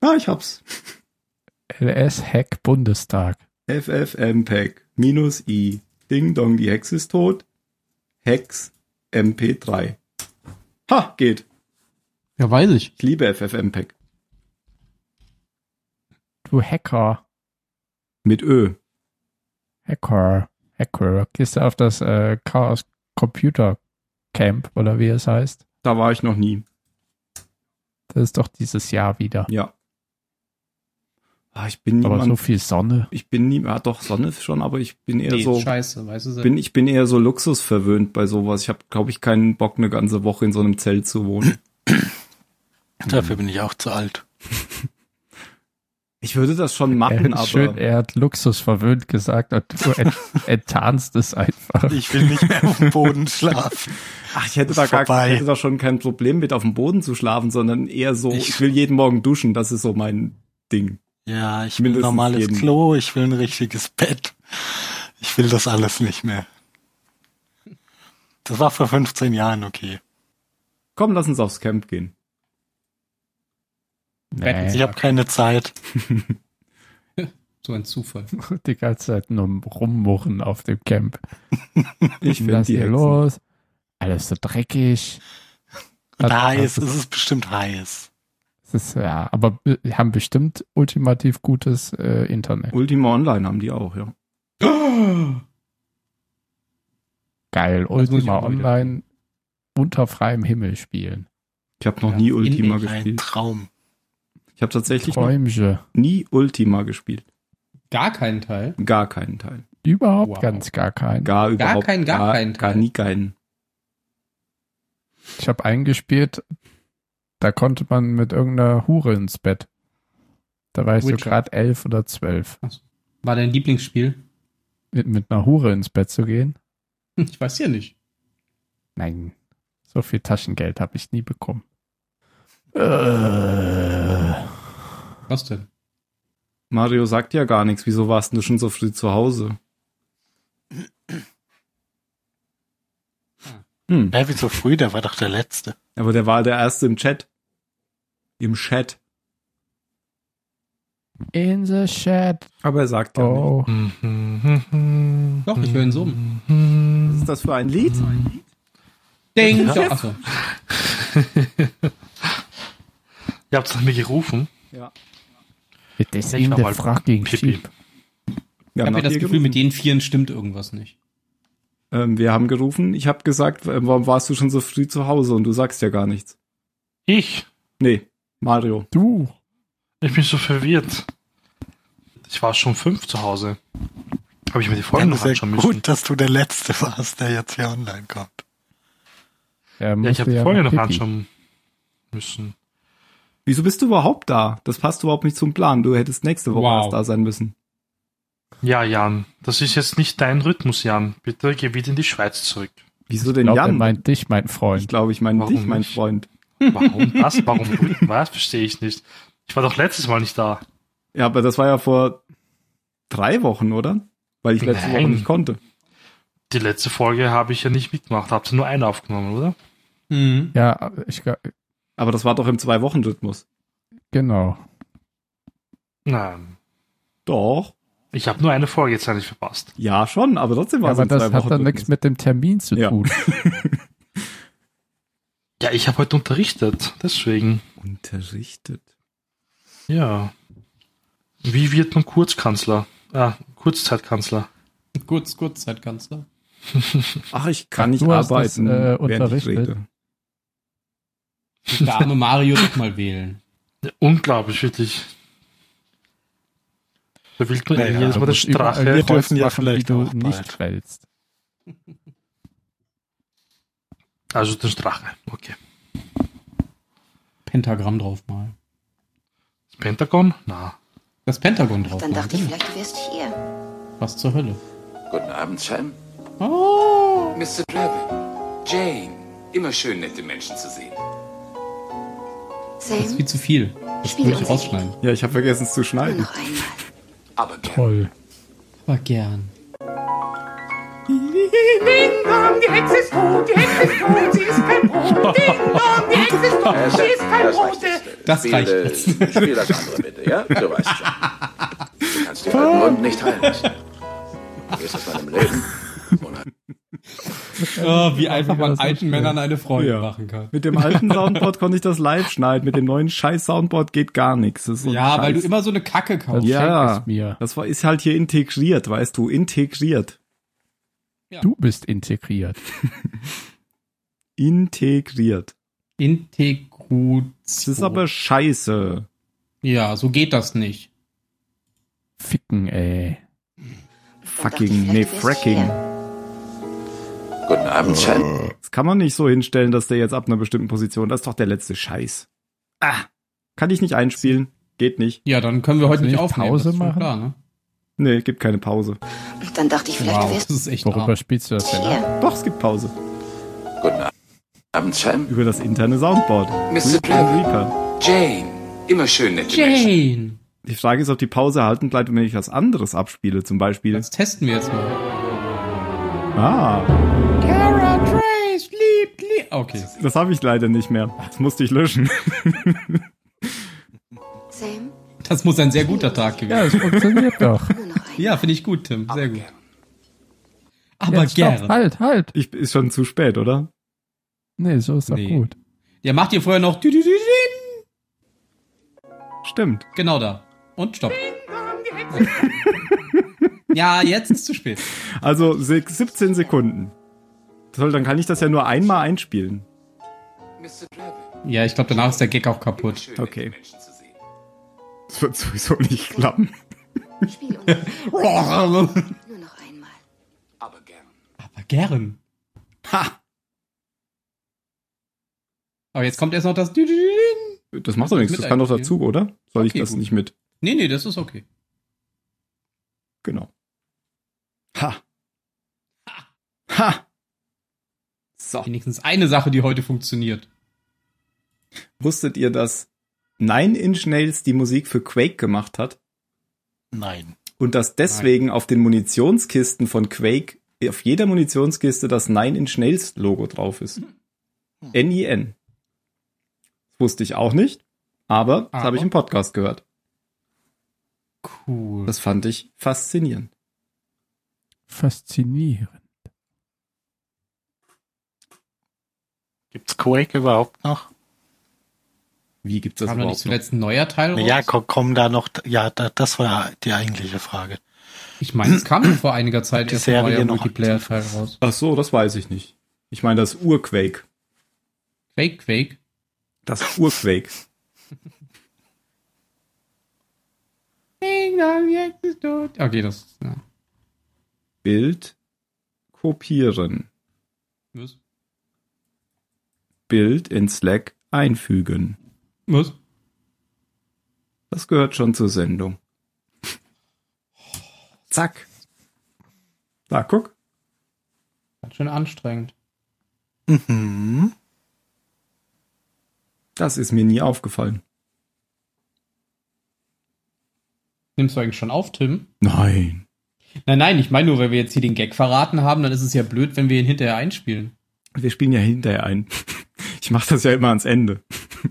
Ah, ich hab's. LS Hack Bundestag. FFmpeg E minus i. Ding dong, die Hex ist tot. Hex MP3. Ha, geht. Ja, weiß ich. Ich liebe FFmpeg. Du Hacker. Mit Ö. Hacker. Hacker. Gehst du auf das äh, Chaos Computer Camp oder wie es heißt? Da war ich noch nie. Das ist doch dieses Jahr wieder. Ja. Ah, ich bin Aber niemand. so viel Sonne. ich bin nie, ah, doch, Sonne schon, aber ich bin eher Nee, so. scheiße, weißt du? Bin, ich bin eher so luxusverwöhnt bei sowas. Ich habe, glaube ich, keinen Bock, eine ganze Woche in so einem Zelt zu wohnen. Dafür bin ich auch zu alt. Ich würde das schon machen, Er, aber. schön, er hat Luxus verwöhnt gesagt und du ent, (laughs) enttarnst es einfach. Ich will nicht mehr auf dem (laughs) Boden schlafen. Ach, ich hätte Ist da, gar, vorbei. ich hätte da schon kein Problem mit, auf dem Boden zu schlafen, sondern eher so, ich, Ich- will jeden Morgen duschen, das ist so mein Ding. Ja, ich will ein Mindestens normales jeden. Klo, ich will ein richtiges Bett. Ich will das alles nicht mehr. Das war vor 15 Jahren okay. Komm, lass uns aufs Camp gehen. Ich Nee, habe keine Zeit. So ein Zufall. (gasps) die ganze Zeit nur rummuchen auf dem Camp. Ich will Lass die hier Hexen. los. Alles so dreckig. Und Hat- heiß, hat- es ist bestimmt heiß. Das ist, ja, aber wir haben bestimmt ultimativ gutes äh, Internet. Ultima Online haben die auch, ja. Geil. muss ich Ultima auch mal wieder Online unter freiem Himmel spielen. Ich habe noch Ja, nie in- Ultima in- Ein gespielt. Traum. Ich habe tatsächlich noch Träumche. nie Ultima gespielt. Gar keinen Teil. Gar keinen Teil. Überhaupt Wow. ganz gar keinen. Gar überhaupt. keinen, gar keinen Gar Teil. nie keinen. Ich habe eingespielt, da konnte man mit irgendeiner Hure ins Bett. Da war ich so Witcher. gerade elf oder zwölf. War dein Lieblingsspiel? Mit, mit einer Hure ins Bett zu gehen? Hm, Ich weiß ja nicht. Nein. So viel Taschengeld habe ich nie bekommen. Äh, Was denn? Mario sagt ja gar nichts. Wieso warst denn du schon so früh zu Hause? Hm. Hä, wieso früh? Der war doch der Letzte. Aber der war der Erste im Chat. Im Chat. in the shed. Aber er sagt ja nichts. Oh. Hm. Mhm, Doch, ich höre ihn summen. Was ist das für ein Lied? Ding! Ja. dong. Achso. Ihr habt es nach mir gerufen. It is Ich in war the mal fucking Pipi. sheep. Wir Ich haben, habe ja nach das dir Gefühl, gerufen. mit den Vieren stimmt irgendwas nicht. ähm, wir haben gerufen. Ich habe gesagt, äh, warum warst du schon so früh zu Hause? Und du sagst ja gar nichts. Ich? Nee, Mario. Du. Ich bin so verwirrt. Ich war schon fünf zu Hause. Habe ich mir die Folgen Dann noch ist ja anschauen müssen. gut, dass du der Letzte warst, der jetzt hier online kommt. Er Ja, ich musste habe die ja Folge noch noch Pipi. anschauen müssen. Wieso bist du überhaupt da? Das passt überhaupt nicht zum Plan. Du hättest nächste Woche Wow. erst da sein müssen. Ja, Jan, das ist jetzt nicht dein Rhythmus, Jan. Bitte geh wieder in die Schweiz zurück. Wieso Ich denn glaub, er Jan? meint dich, mein ich Freund. glaube, ich meine Warum dich, mein nicht? Freund. (laughs) Warum das? Warum Rhythmus? Was? Verstehe ich nicht. Ich war doch letztes Mal nicht da. Ja, aber das war ja vor drei Wochen, oder? Weil ich letzte Woche Nein. nicht konnte. Die letzte Folge habe ich ja nicht mitgemacht. Habt ihr nur eine aufgenommen, oder? Mhm. Ja, ich glaub- Aber das war doch im Zwei-Wochen-Rhythmus. genau. Nein. Doch. Ich habe nur eine Folge jetzt eigentlich verpasst. Ja, schon, aber trotzdem war Ja, es aber im das hat dann Zwei-Wochen-Rhythmus. nichts mit dem Termin zu Ja. tun. Ja, ich habe heute unterrichtet. Deswegen. Unterrichtet. Ja. Wie wird man Kurzkanzler? Ah, Kurzzeitkanzler. Kurz, halt Kurzzeitkanzler. Ach, ich kann nicht Du hast das, arbeiten, äh, während ich unterrichtet. rede. Der arme Mario doch mal wählen. Unglaublich, wirklich. Da will man Naja, jedes Mal Du das musst Also überall Strache. dürfen Kreuz ja machen, vielleicht die du auch bald. nicht fällst. Also den Strache, okay. Pentagramm drauf mal. Das Pentagon? Na. Das Pentagon drauf Dann mal. dachte ich, vielleicht du wärst hier. Was zur Hölle? Guten Abend, Sam. Oh. Mr. Drebin. Jane. Immer schön, nette Menschen zu sehen. Das ist viel Sam, zu viel. Das Spiel würde ich uns. rausschneiden. Ja, ich habe vergessen es zu nur schneiden. noch einmal. Aber gern. Toll. Aber gern. Ding dong, die Hexe ist tot, die Hexe ist tot, sie ist kein Brot. Ding dong, die Hexe ist Äh, tot, sie ist kein Brot. Das reicht jetzt. äh, Spiel das andere bitte, ja? Du weißt schon. Du kannst die alten Wunden nicht heilen lassen. Wie ist das bei einem Leben? Unheimlich. Oh, wie einfach man das alten Männern eine Freude Ja. machen kann. Mit dem (laughs) alten Soundboard konnte ich das live schneiden. Mit dem neuen scheiß Soundboard geht gar nichts. Das ist so ein Ja, weil du Scheiß. immer so eine Kacke kaufst. Ja. Ja, Also Schenk es mir. das war, ist halt hier integriert, weißt du, integriert. Du bist integriert. Integriert. Integration. Das ist aber scheiße. ja, so geht das nicht. Ficken, ey. Dann dachte ich, Fucking, vielleicht nee, du wärst fracking. hier. Guten Abend, Sam. Das kann man nicht so hinstellen, dass der jetzt ab einer bestimmten Position, das ist doch der letzte Scheiß. Ah, kann ich nicht einspielen, geht nicht. Ja, dann können wir heute Kannst nicht du nicht aufnehmen. Pause das ist schon machen? Klar, ne? Nee, gibt keine Pause. Dann dachte ich, vielleicht du Wow, wärst das ist echt Worüber arm. spielst du das denn ab? hier. Doch, es gibt Pause. Guten Abend, Sam. Über das interne Soundboard. Mr. Reaper, Reaper. Jane. Immer schön, nette Menschen. Jane. Die Frage ist, ob die Pause erhalten bleibt, wenn ich was anderes abspiele, zum Beispiel. Das testen wir jetzt mal. Ah, Cara Trace liebt, liebt. Okay. das habe ich leider nicht mehr. Das musste ich löschen. Sam, Das muss ein sehr guter Tag Ja, gewesen das funktioniert doch. (laughs) nur noch einmal. sein. Ja, finde ich gut, Tim. Sehr gut. Aber Ja, stopp, gern. Halt, halt. (laughs) Ich, ist schon zu spät, oder? Nee, so ist doch Nee. gut. Ja, macht ihr vorher noch. Stimmt. Genau da. Und stopp. Ja, jetzt ist zu spät. Also se- 17 Sekunden. Toll, dann kann ich das ja nur einmal einspielen. Mr. Drebin. Ja, ich glaube, danach ist der Gag auch Immer kaputt. schön, Okay. nette Menschen zu sehen. Das wird sowieso nicht klappen. Spiel uns. an. Aber nur noch einmal. Aber gern. gern. Ha! Aber jetzt kommt erst noch das. Nee, Das macht doch nichts, das kann doch dazu, oder? Soll ich Okay, das gut. nicht mit? nee, das ist okay. Genau. Ha! Ha! So. Wenigstens eine Sache, die heute funktioniert. Wusstet ihr, dass Nine Inch Nails die Musik für Quake gemacht hat? Nein. Und dass deswegen auf den Munitionskisten von Quake, auf jeder Munitionskiste das Nine Inch Nails Logo drauf ist. Hm. N-I-N. Das wusste ich auch nicht, aber das Aber? habe ich im Podcast gehört. Cool. Das fand ich faszinierend. Faszinierend. Gibt's Quake überhaupt noch? Wie gibt's das Kam da nicht überhaupt? noch? zuletzt ein neuer Teil raus? Ja, ko- kommen da noch, ja, da, das war die eigentliche Frage. Ich meine, es kam (laughs) vor einiger Zeit Die erst ein Serie neuer noch Multiplayer-Teil raus. Ach so, das weiß ich nicht. Ich meine das Urquake. Quake, Quake. Das Urquake. Ding dong, jetzt ist tot. Okay, das. Ja. Bild kopieren. Was? Bild in Slack einfügen. Was? Das gehört schon zur Sendung. Zack. Da, guck. Ganz schön anstrengend. Mhm. Das ist mir nie aufgefallen. Nimmst du eigentlich schon auf, Tim? Nein. Nein, nein, ich meine nur, weil wir jetzt hier den Gag verraten haben, dann ist es ja blöd, wenn wir ihn hinterher einspielen. Wir spielen ja hinterher ein. Ich mache das ja immer ans (laughs) Ende.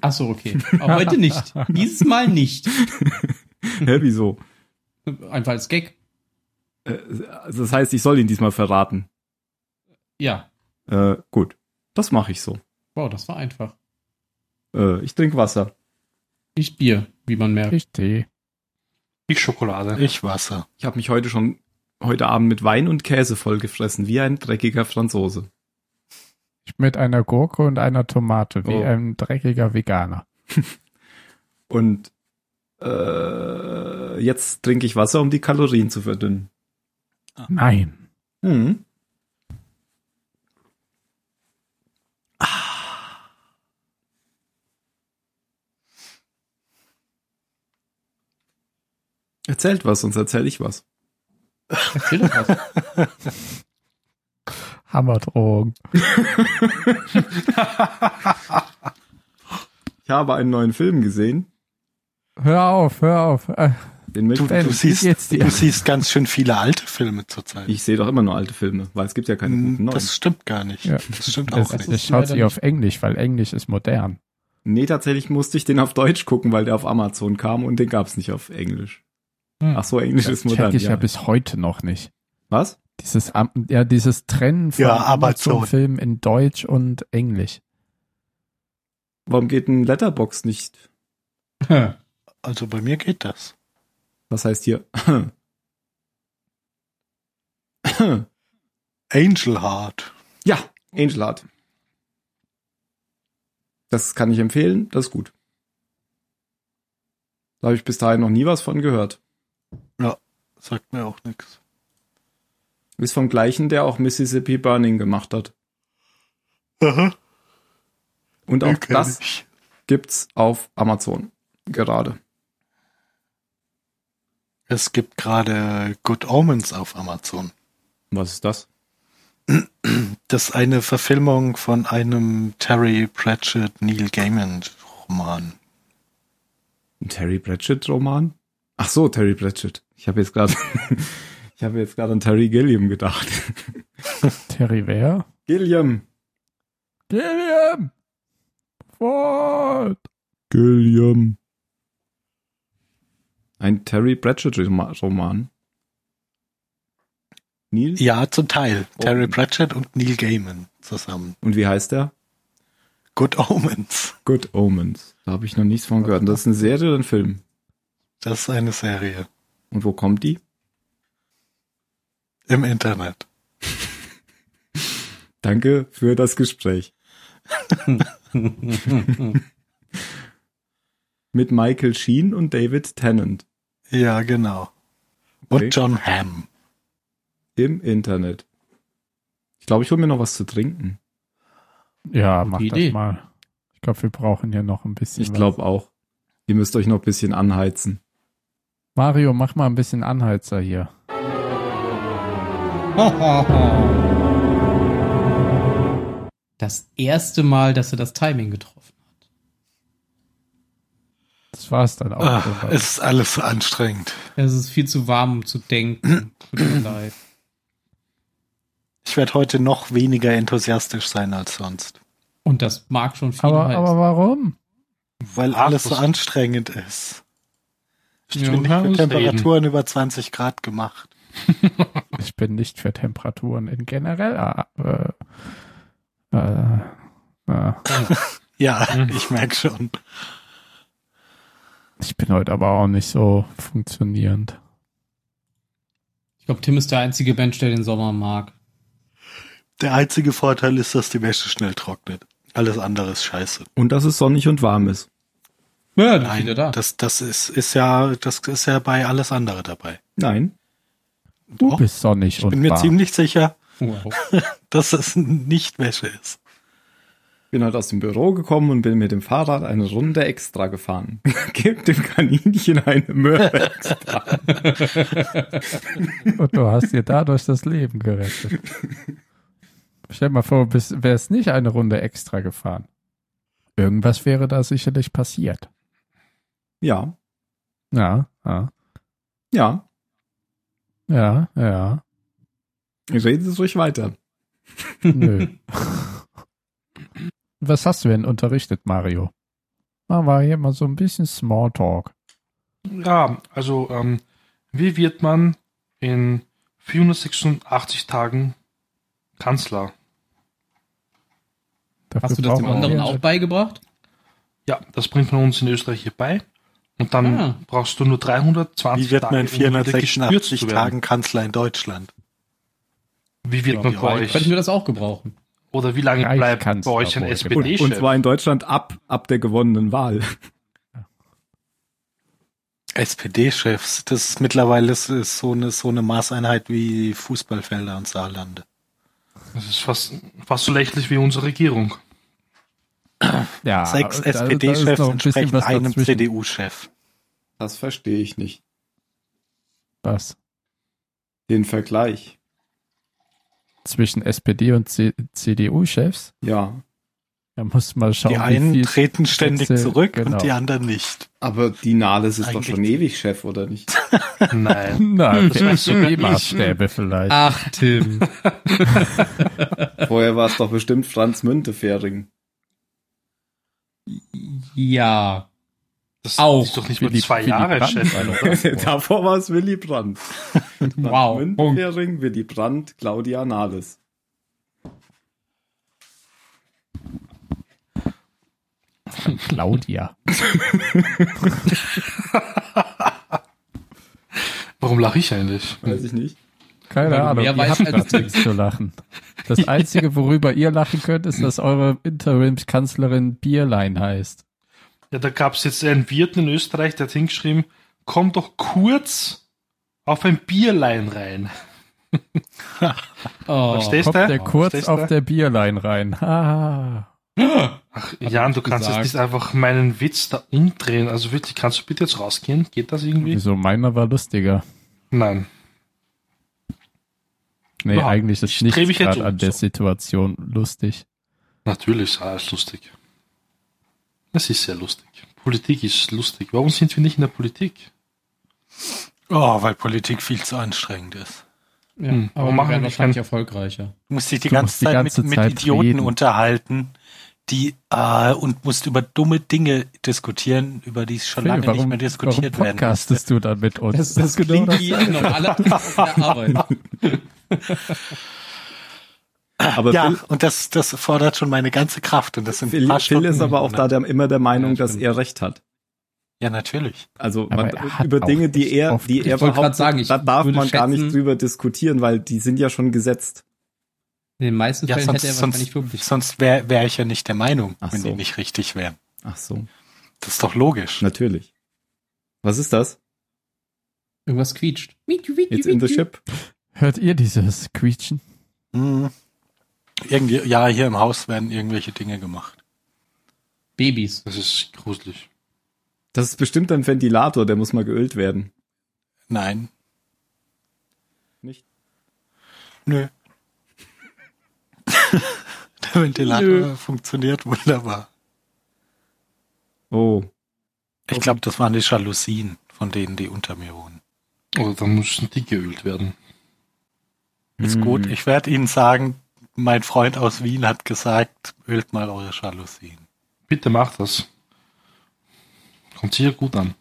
Ach so, okay. Aber heute nicht. Dieses Mal nicht. Hä, wieso? Einfach als Gag. Äh, also Das heißt, ich soll ihn diesmal verraten. Ja. Äh, gut. Das mache ich so. Wow, das war einfach. Äh, ich trinke Wasser. Nicht Bier, wie man merkt. Ich stehe. Ich Schokolade. Ich Wasser. Ich habe mich heute schon heute Abend mit Wein und Käse vollgefressen, wie ein dreckiger Franzose. Mit einer Gurke und einer Tomate, wie Oh. ein dreckiger Veganer. Und äh, jetzt trinke ich Wasser, um die Kalorien zu verdünnen. Nein. Hm. Ah. Erzählt was, sonst erzähle ich was. Erzähl doch was. Hammerdrogen. Ich habe einen neuen Film gesehen. Hör auf, hör auf. Äh, Den möchte Ben, Du siehst, jetzt die du siehst ganz schön viele alte Filme zurzeit. Hm, ich sehe doch immer nur alte Filme, weil es gibt ja keine guten neuen. Mm, Das stimmt gar nicht. Ja. (laughs) Das stimmt Das, auch das, nicht. ist schaut sie leider auf Englisch, weil Englisch ist modern. Nee, tatsächlich musste ich den auf Deutsch gucken, weil der auf Amazon kam und den gab es nicht auf Englisch. Hm. Ach so, Englisch ist Das modern. check ich ja Ja. bis heute noch nicht. Was? Dieses, Am- ja, dieses Trennen von Ja, Amazon. Amazon-Filmen in Deutsch und Englisch. Warum geht ein Letterbox nicht? Also bei mir geht das. Was heißt hier? Angel Heart. Ja, Angel Heart. Das kann ich empfehlen, das ist gut. Da habe ich bis dahin noch nie was von gehört. Sagt mir auch nichts. Ist vom gleichen, der auch Mississippi Burning gemacht hat. (laughs) Aha. Und auch den kenn das ich. gibt's auf Amazon. Gerade. Es gibt gerade Good Omens auf Amazon. Was ist das? Das ist eine Verfilmung von einem Terry Pratchett Neil Gaiman Roman. Ein Terry Pratchett Roman? Ach so, Terry Pratchett. Ich habe jetzt gerade (laughs) ich habe jetzt gerade an Terry Gilliam gedacht. (laughs) Terry wer? Gilliam. Gilliam! Ford! Gilliam. Ein Terry Pratchett Roma- Roman. Neil? Ja, zum Teil. Oh. Terry Pratchett und Neil Gaiman zusammen. Und wie heißt der? Good Omens. Good Omens. Da habe ich noch nichts von gehört. Und das ist eine Serie oder ein Film? Das ist eine Serie Und wo kommt die? im Internet. Danke für das Gespräch. (laughs) Mit Michael Sheen und David Tennant Ja, genau. Okay. Und John Hamm. im Internet. Ich glaube, ich hole mir noch was zu trinken. Ja, Gute mach Idee. das mal. Ich glaube, wir brauchen hier noch ein bisschen. Ich was. glaube auch. Ihr müsst euch noch ein bisschen anheizen. Mario, mach mal ein bisschen Anheizer hier. (laughs) Das erste Mal, dass er das Timing getroffen Das war's dann auch. Ah, soweit. es ist alles so anstrengend. hat. Es ist viel zu warm, um zu denken. Tut mir leid. Ich werde heute noch weniger enthusiastisch sein als sonst, Und das mag schon viel aber, heißen. aber warum? weil Ach, alles so das- anstrengend ist. Ich Ja, bin nicht lass für uns Temperaturen über 20 Grad gemacht. Ich bin nicht für Temperaturen in generell. Äh, äh, äh. Ja, Mhm. ich merke schon. Ich bin heute aber auch nicht so funktionierend. Ich glaube, Tim ist der einzige Mensch, der den Sommer mag. Der einzige Vorteil ist, dass die Wäsche schnell trocknet. Alles andere ist scheiße. Und dass es sonnig und warm ist. Ja, dann ist Nein, wieder da. das, das ist, ist ja, das ist ja bei alles andere dabei. Nein. Du Doch, bist sonnig ich und bin mir warm. ziemlich sicher, Wow. (laughs) dass es nicht Wäsche ist. Bin heute aus dem Büro gekommen und bin mit dem Fahrrad eine Runde extra gefahren. (laughs) Gebt dem Kaninchen eine Möhre. Und du hast dir dadurch das Leben gerettet. Stell dir mal vor, wäre es nicht eine Runde extra gefahren. Irgendwas wäre da sicherlich passiert. ja, Ja, ja, ja. ja, ja. Redet ruhig weiter. Nö. Was hast du denn unterrichtet, Mario? Machen wir hier mal so ein bisschen Smalltalk. Ja, also ähm, wie wird man in 486 Tagen Kanzler? Dafür Hast du das dem brauchen wir anderen jetzt- auch beigebracht? Ja, das bringt man uns in Österreich hier bei. Und dann Ah. brauchst du nur 320 Wie wird man in Tage, um wieder gestürzt zu 486 werden. Tagen Kanzler in Deutschland? Wie wird man Ja, bei Könnten euch? wir das auch gebrauchen? Oder wie lange Reich bleibt bei Kanzler euch ein wohl. Und, und SPD-Chef? zwar in Deutschland ab, ab der gewonnenen Wahl. SPD-Chefs, das ist mittlerweile das ist so, eine, so eine Maßeinheit wie Fußballfelder und Saarlande. Das ist fast, fast so lächerlich wie unsere Regierung. Ja, Sechs Ah, da- da ist SPD-Chefs noch ein bisschen entsprechen was einem dazwischen. CDU-Chef. Das verstehe ich nicht. Was? Den Vergleich. Zwischen SPD und C CDU-Chefs? Ja, Da muss man schauen, Die einen wie viel treten ständig Sitze- zurück genau. und die anderen nicht. aber die Nahles ist doch Eigentlich- schon ewig Chef, oder nicht? (laughs) Nein. Na, das weiß weißt du sogar die ich. Maßstäbe vielleicht. Ach, Tim. Vorher war es doch bestimmt Franz Müntefering. (laughs) ja. Das Auch ist doch nicht wie mal die- zwei wie die also. Jahre Branden- (laughs) Chef. Davor war es Willy Brandt. Wow. Punkt. Müntefering, Willy Brandt, Claudia Nahles. (laughs) Claudia. Warum lache ich eigentlich? Weiß (clears throat) ich nicht. Keine Weil du Ahnung, mehr ihr weißt habt als grad Tim. nichts zu lachen. Das Einzige, worüber ihr lachen könnt, ist, dass eure Interimskanzlerin Bierlein heißt. Ja, da gab es jetzt einen Wirt in Österreich, der hat hingeschrieben, komm doch kurz auf ein Bierlein rein. Oh. Verstehst Kommt du? der kurz Verstehst auf du? der Bierlein rein. (laughs) Haha. Jan, du kannst gesagt. jetzt nicht einfach meinen Witz da umdrehen. Also wirklich, kannst du bitte jetzt rausgehen? Geht das irgendwie? Wieso? Meiner war lustiger. Nein. Nee, Ja, eigentlich ist nichts strebe ich jetzt gerade um, an der so. Situation lustig. Natürlich, ah, ist lustig. Es ist sehr lustig. Politik ist lustig. Warum sind wir nicht in der Politik? Oh, weil Politik viel zu anstrengend ist. Ja, Hm. aber Warum wir machen werden wir wahrscheinlich erfolgreicher. Du musst dich die Du ganze musst die Zeit ganze mit, Zeit mit Idioten reden. unterhalten, die äh, und musst über dumme Dinge diskutieren, über die es schon lange nicht mehr diskutiert warum werden. podcastest du dann mit uns? Das, genau genau das klingt wie ein normaler Tag auf der Arbeit. Aber Ja, Phil, und das, das fordert schon meine ganze Kraft. Und das sind ein Phil, paar Phil Stunden ist aber auch im da Monat. der, immer der Meinung, Ja, dass stimmt. er recht hat. Ja, natürlich. Also Aber man, er hat über auch Dinge, die nicht er, oft- die Ich er wollte grad behauptet, sagen, ich da darf würde man gar nicht schätzen- drüber diskutieren, weil die sind ja schon gesetzt. In den meisten Ja, Fällen sonst, hätte er wahrscheinlich sonst, wirklich. sonst wäre wär ich ja nicht der Meinung, Ach wenn so. die nicht richtig wären. Ach so, Das ist doch Ne. logisch. natürlich. Was ist das? Irgendwas quietscht. It's in the ship. Hört ihr dieses Quietschen? Hm. Irgendwie, ja, hier im Haus werden irgendwelche Dinge gemacht. Babys. Das ist gruselig. Das ist bestimmt ein Ventilator, der muss mal geölt werden. Nein. Nicht? Nö. (laughs) der Ventilator funktioniert wunderbar. Oh, Ich glaube, das waren die Jalousien, von denen die unter mir wohnen. Oder dann müssen die geölt werden. Ist Mhm. gut. Hm. Ich werde Ihnen sagen, mein Freund aus Wien hat gesagt, ölt mal eure Jalousien. Bitte mach das. Kommt sicher gut an.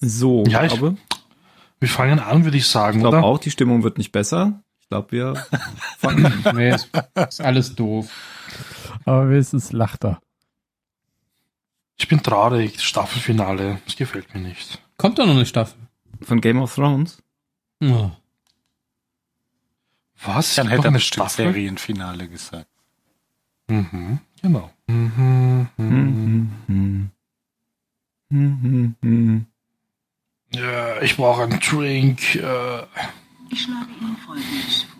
so. Ja, ich- aber Wir fangen an, würde ich sagen, ich oder? glaube auch, die Stimmung wird nicht besser. Ich glaube, wir fangen. Nee, ist, ist alles doof. Aber wenigstens lacht er. Ich bin traurig. Staffelfinale. Das gefällt mir nicht. Kommt doch noch eine Staffel. Von Game of Thrones? Oh. Was? Dann Gibt hätte noch er bestimmt Serienfinale gesagt. Mhm. Genau. Mhm. Mhm. Mhm. Mhm. Mhm. Ja, ich brauche einen Drink. Äh, Ich schlage Ihnen Folgendes vor.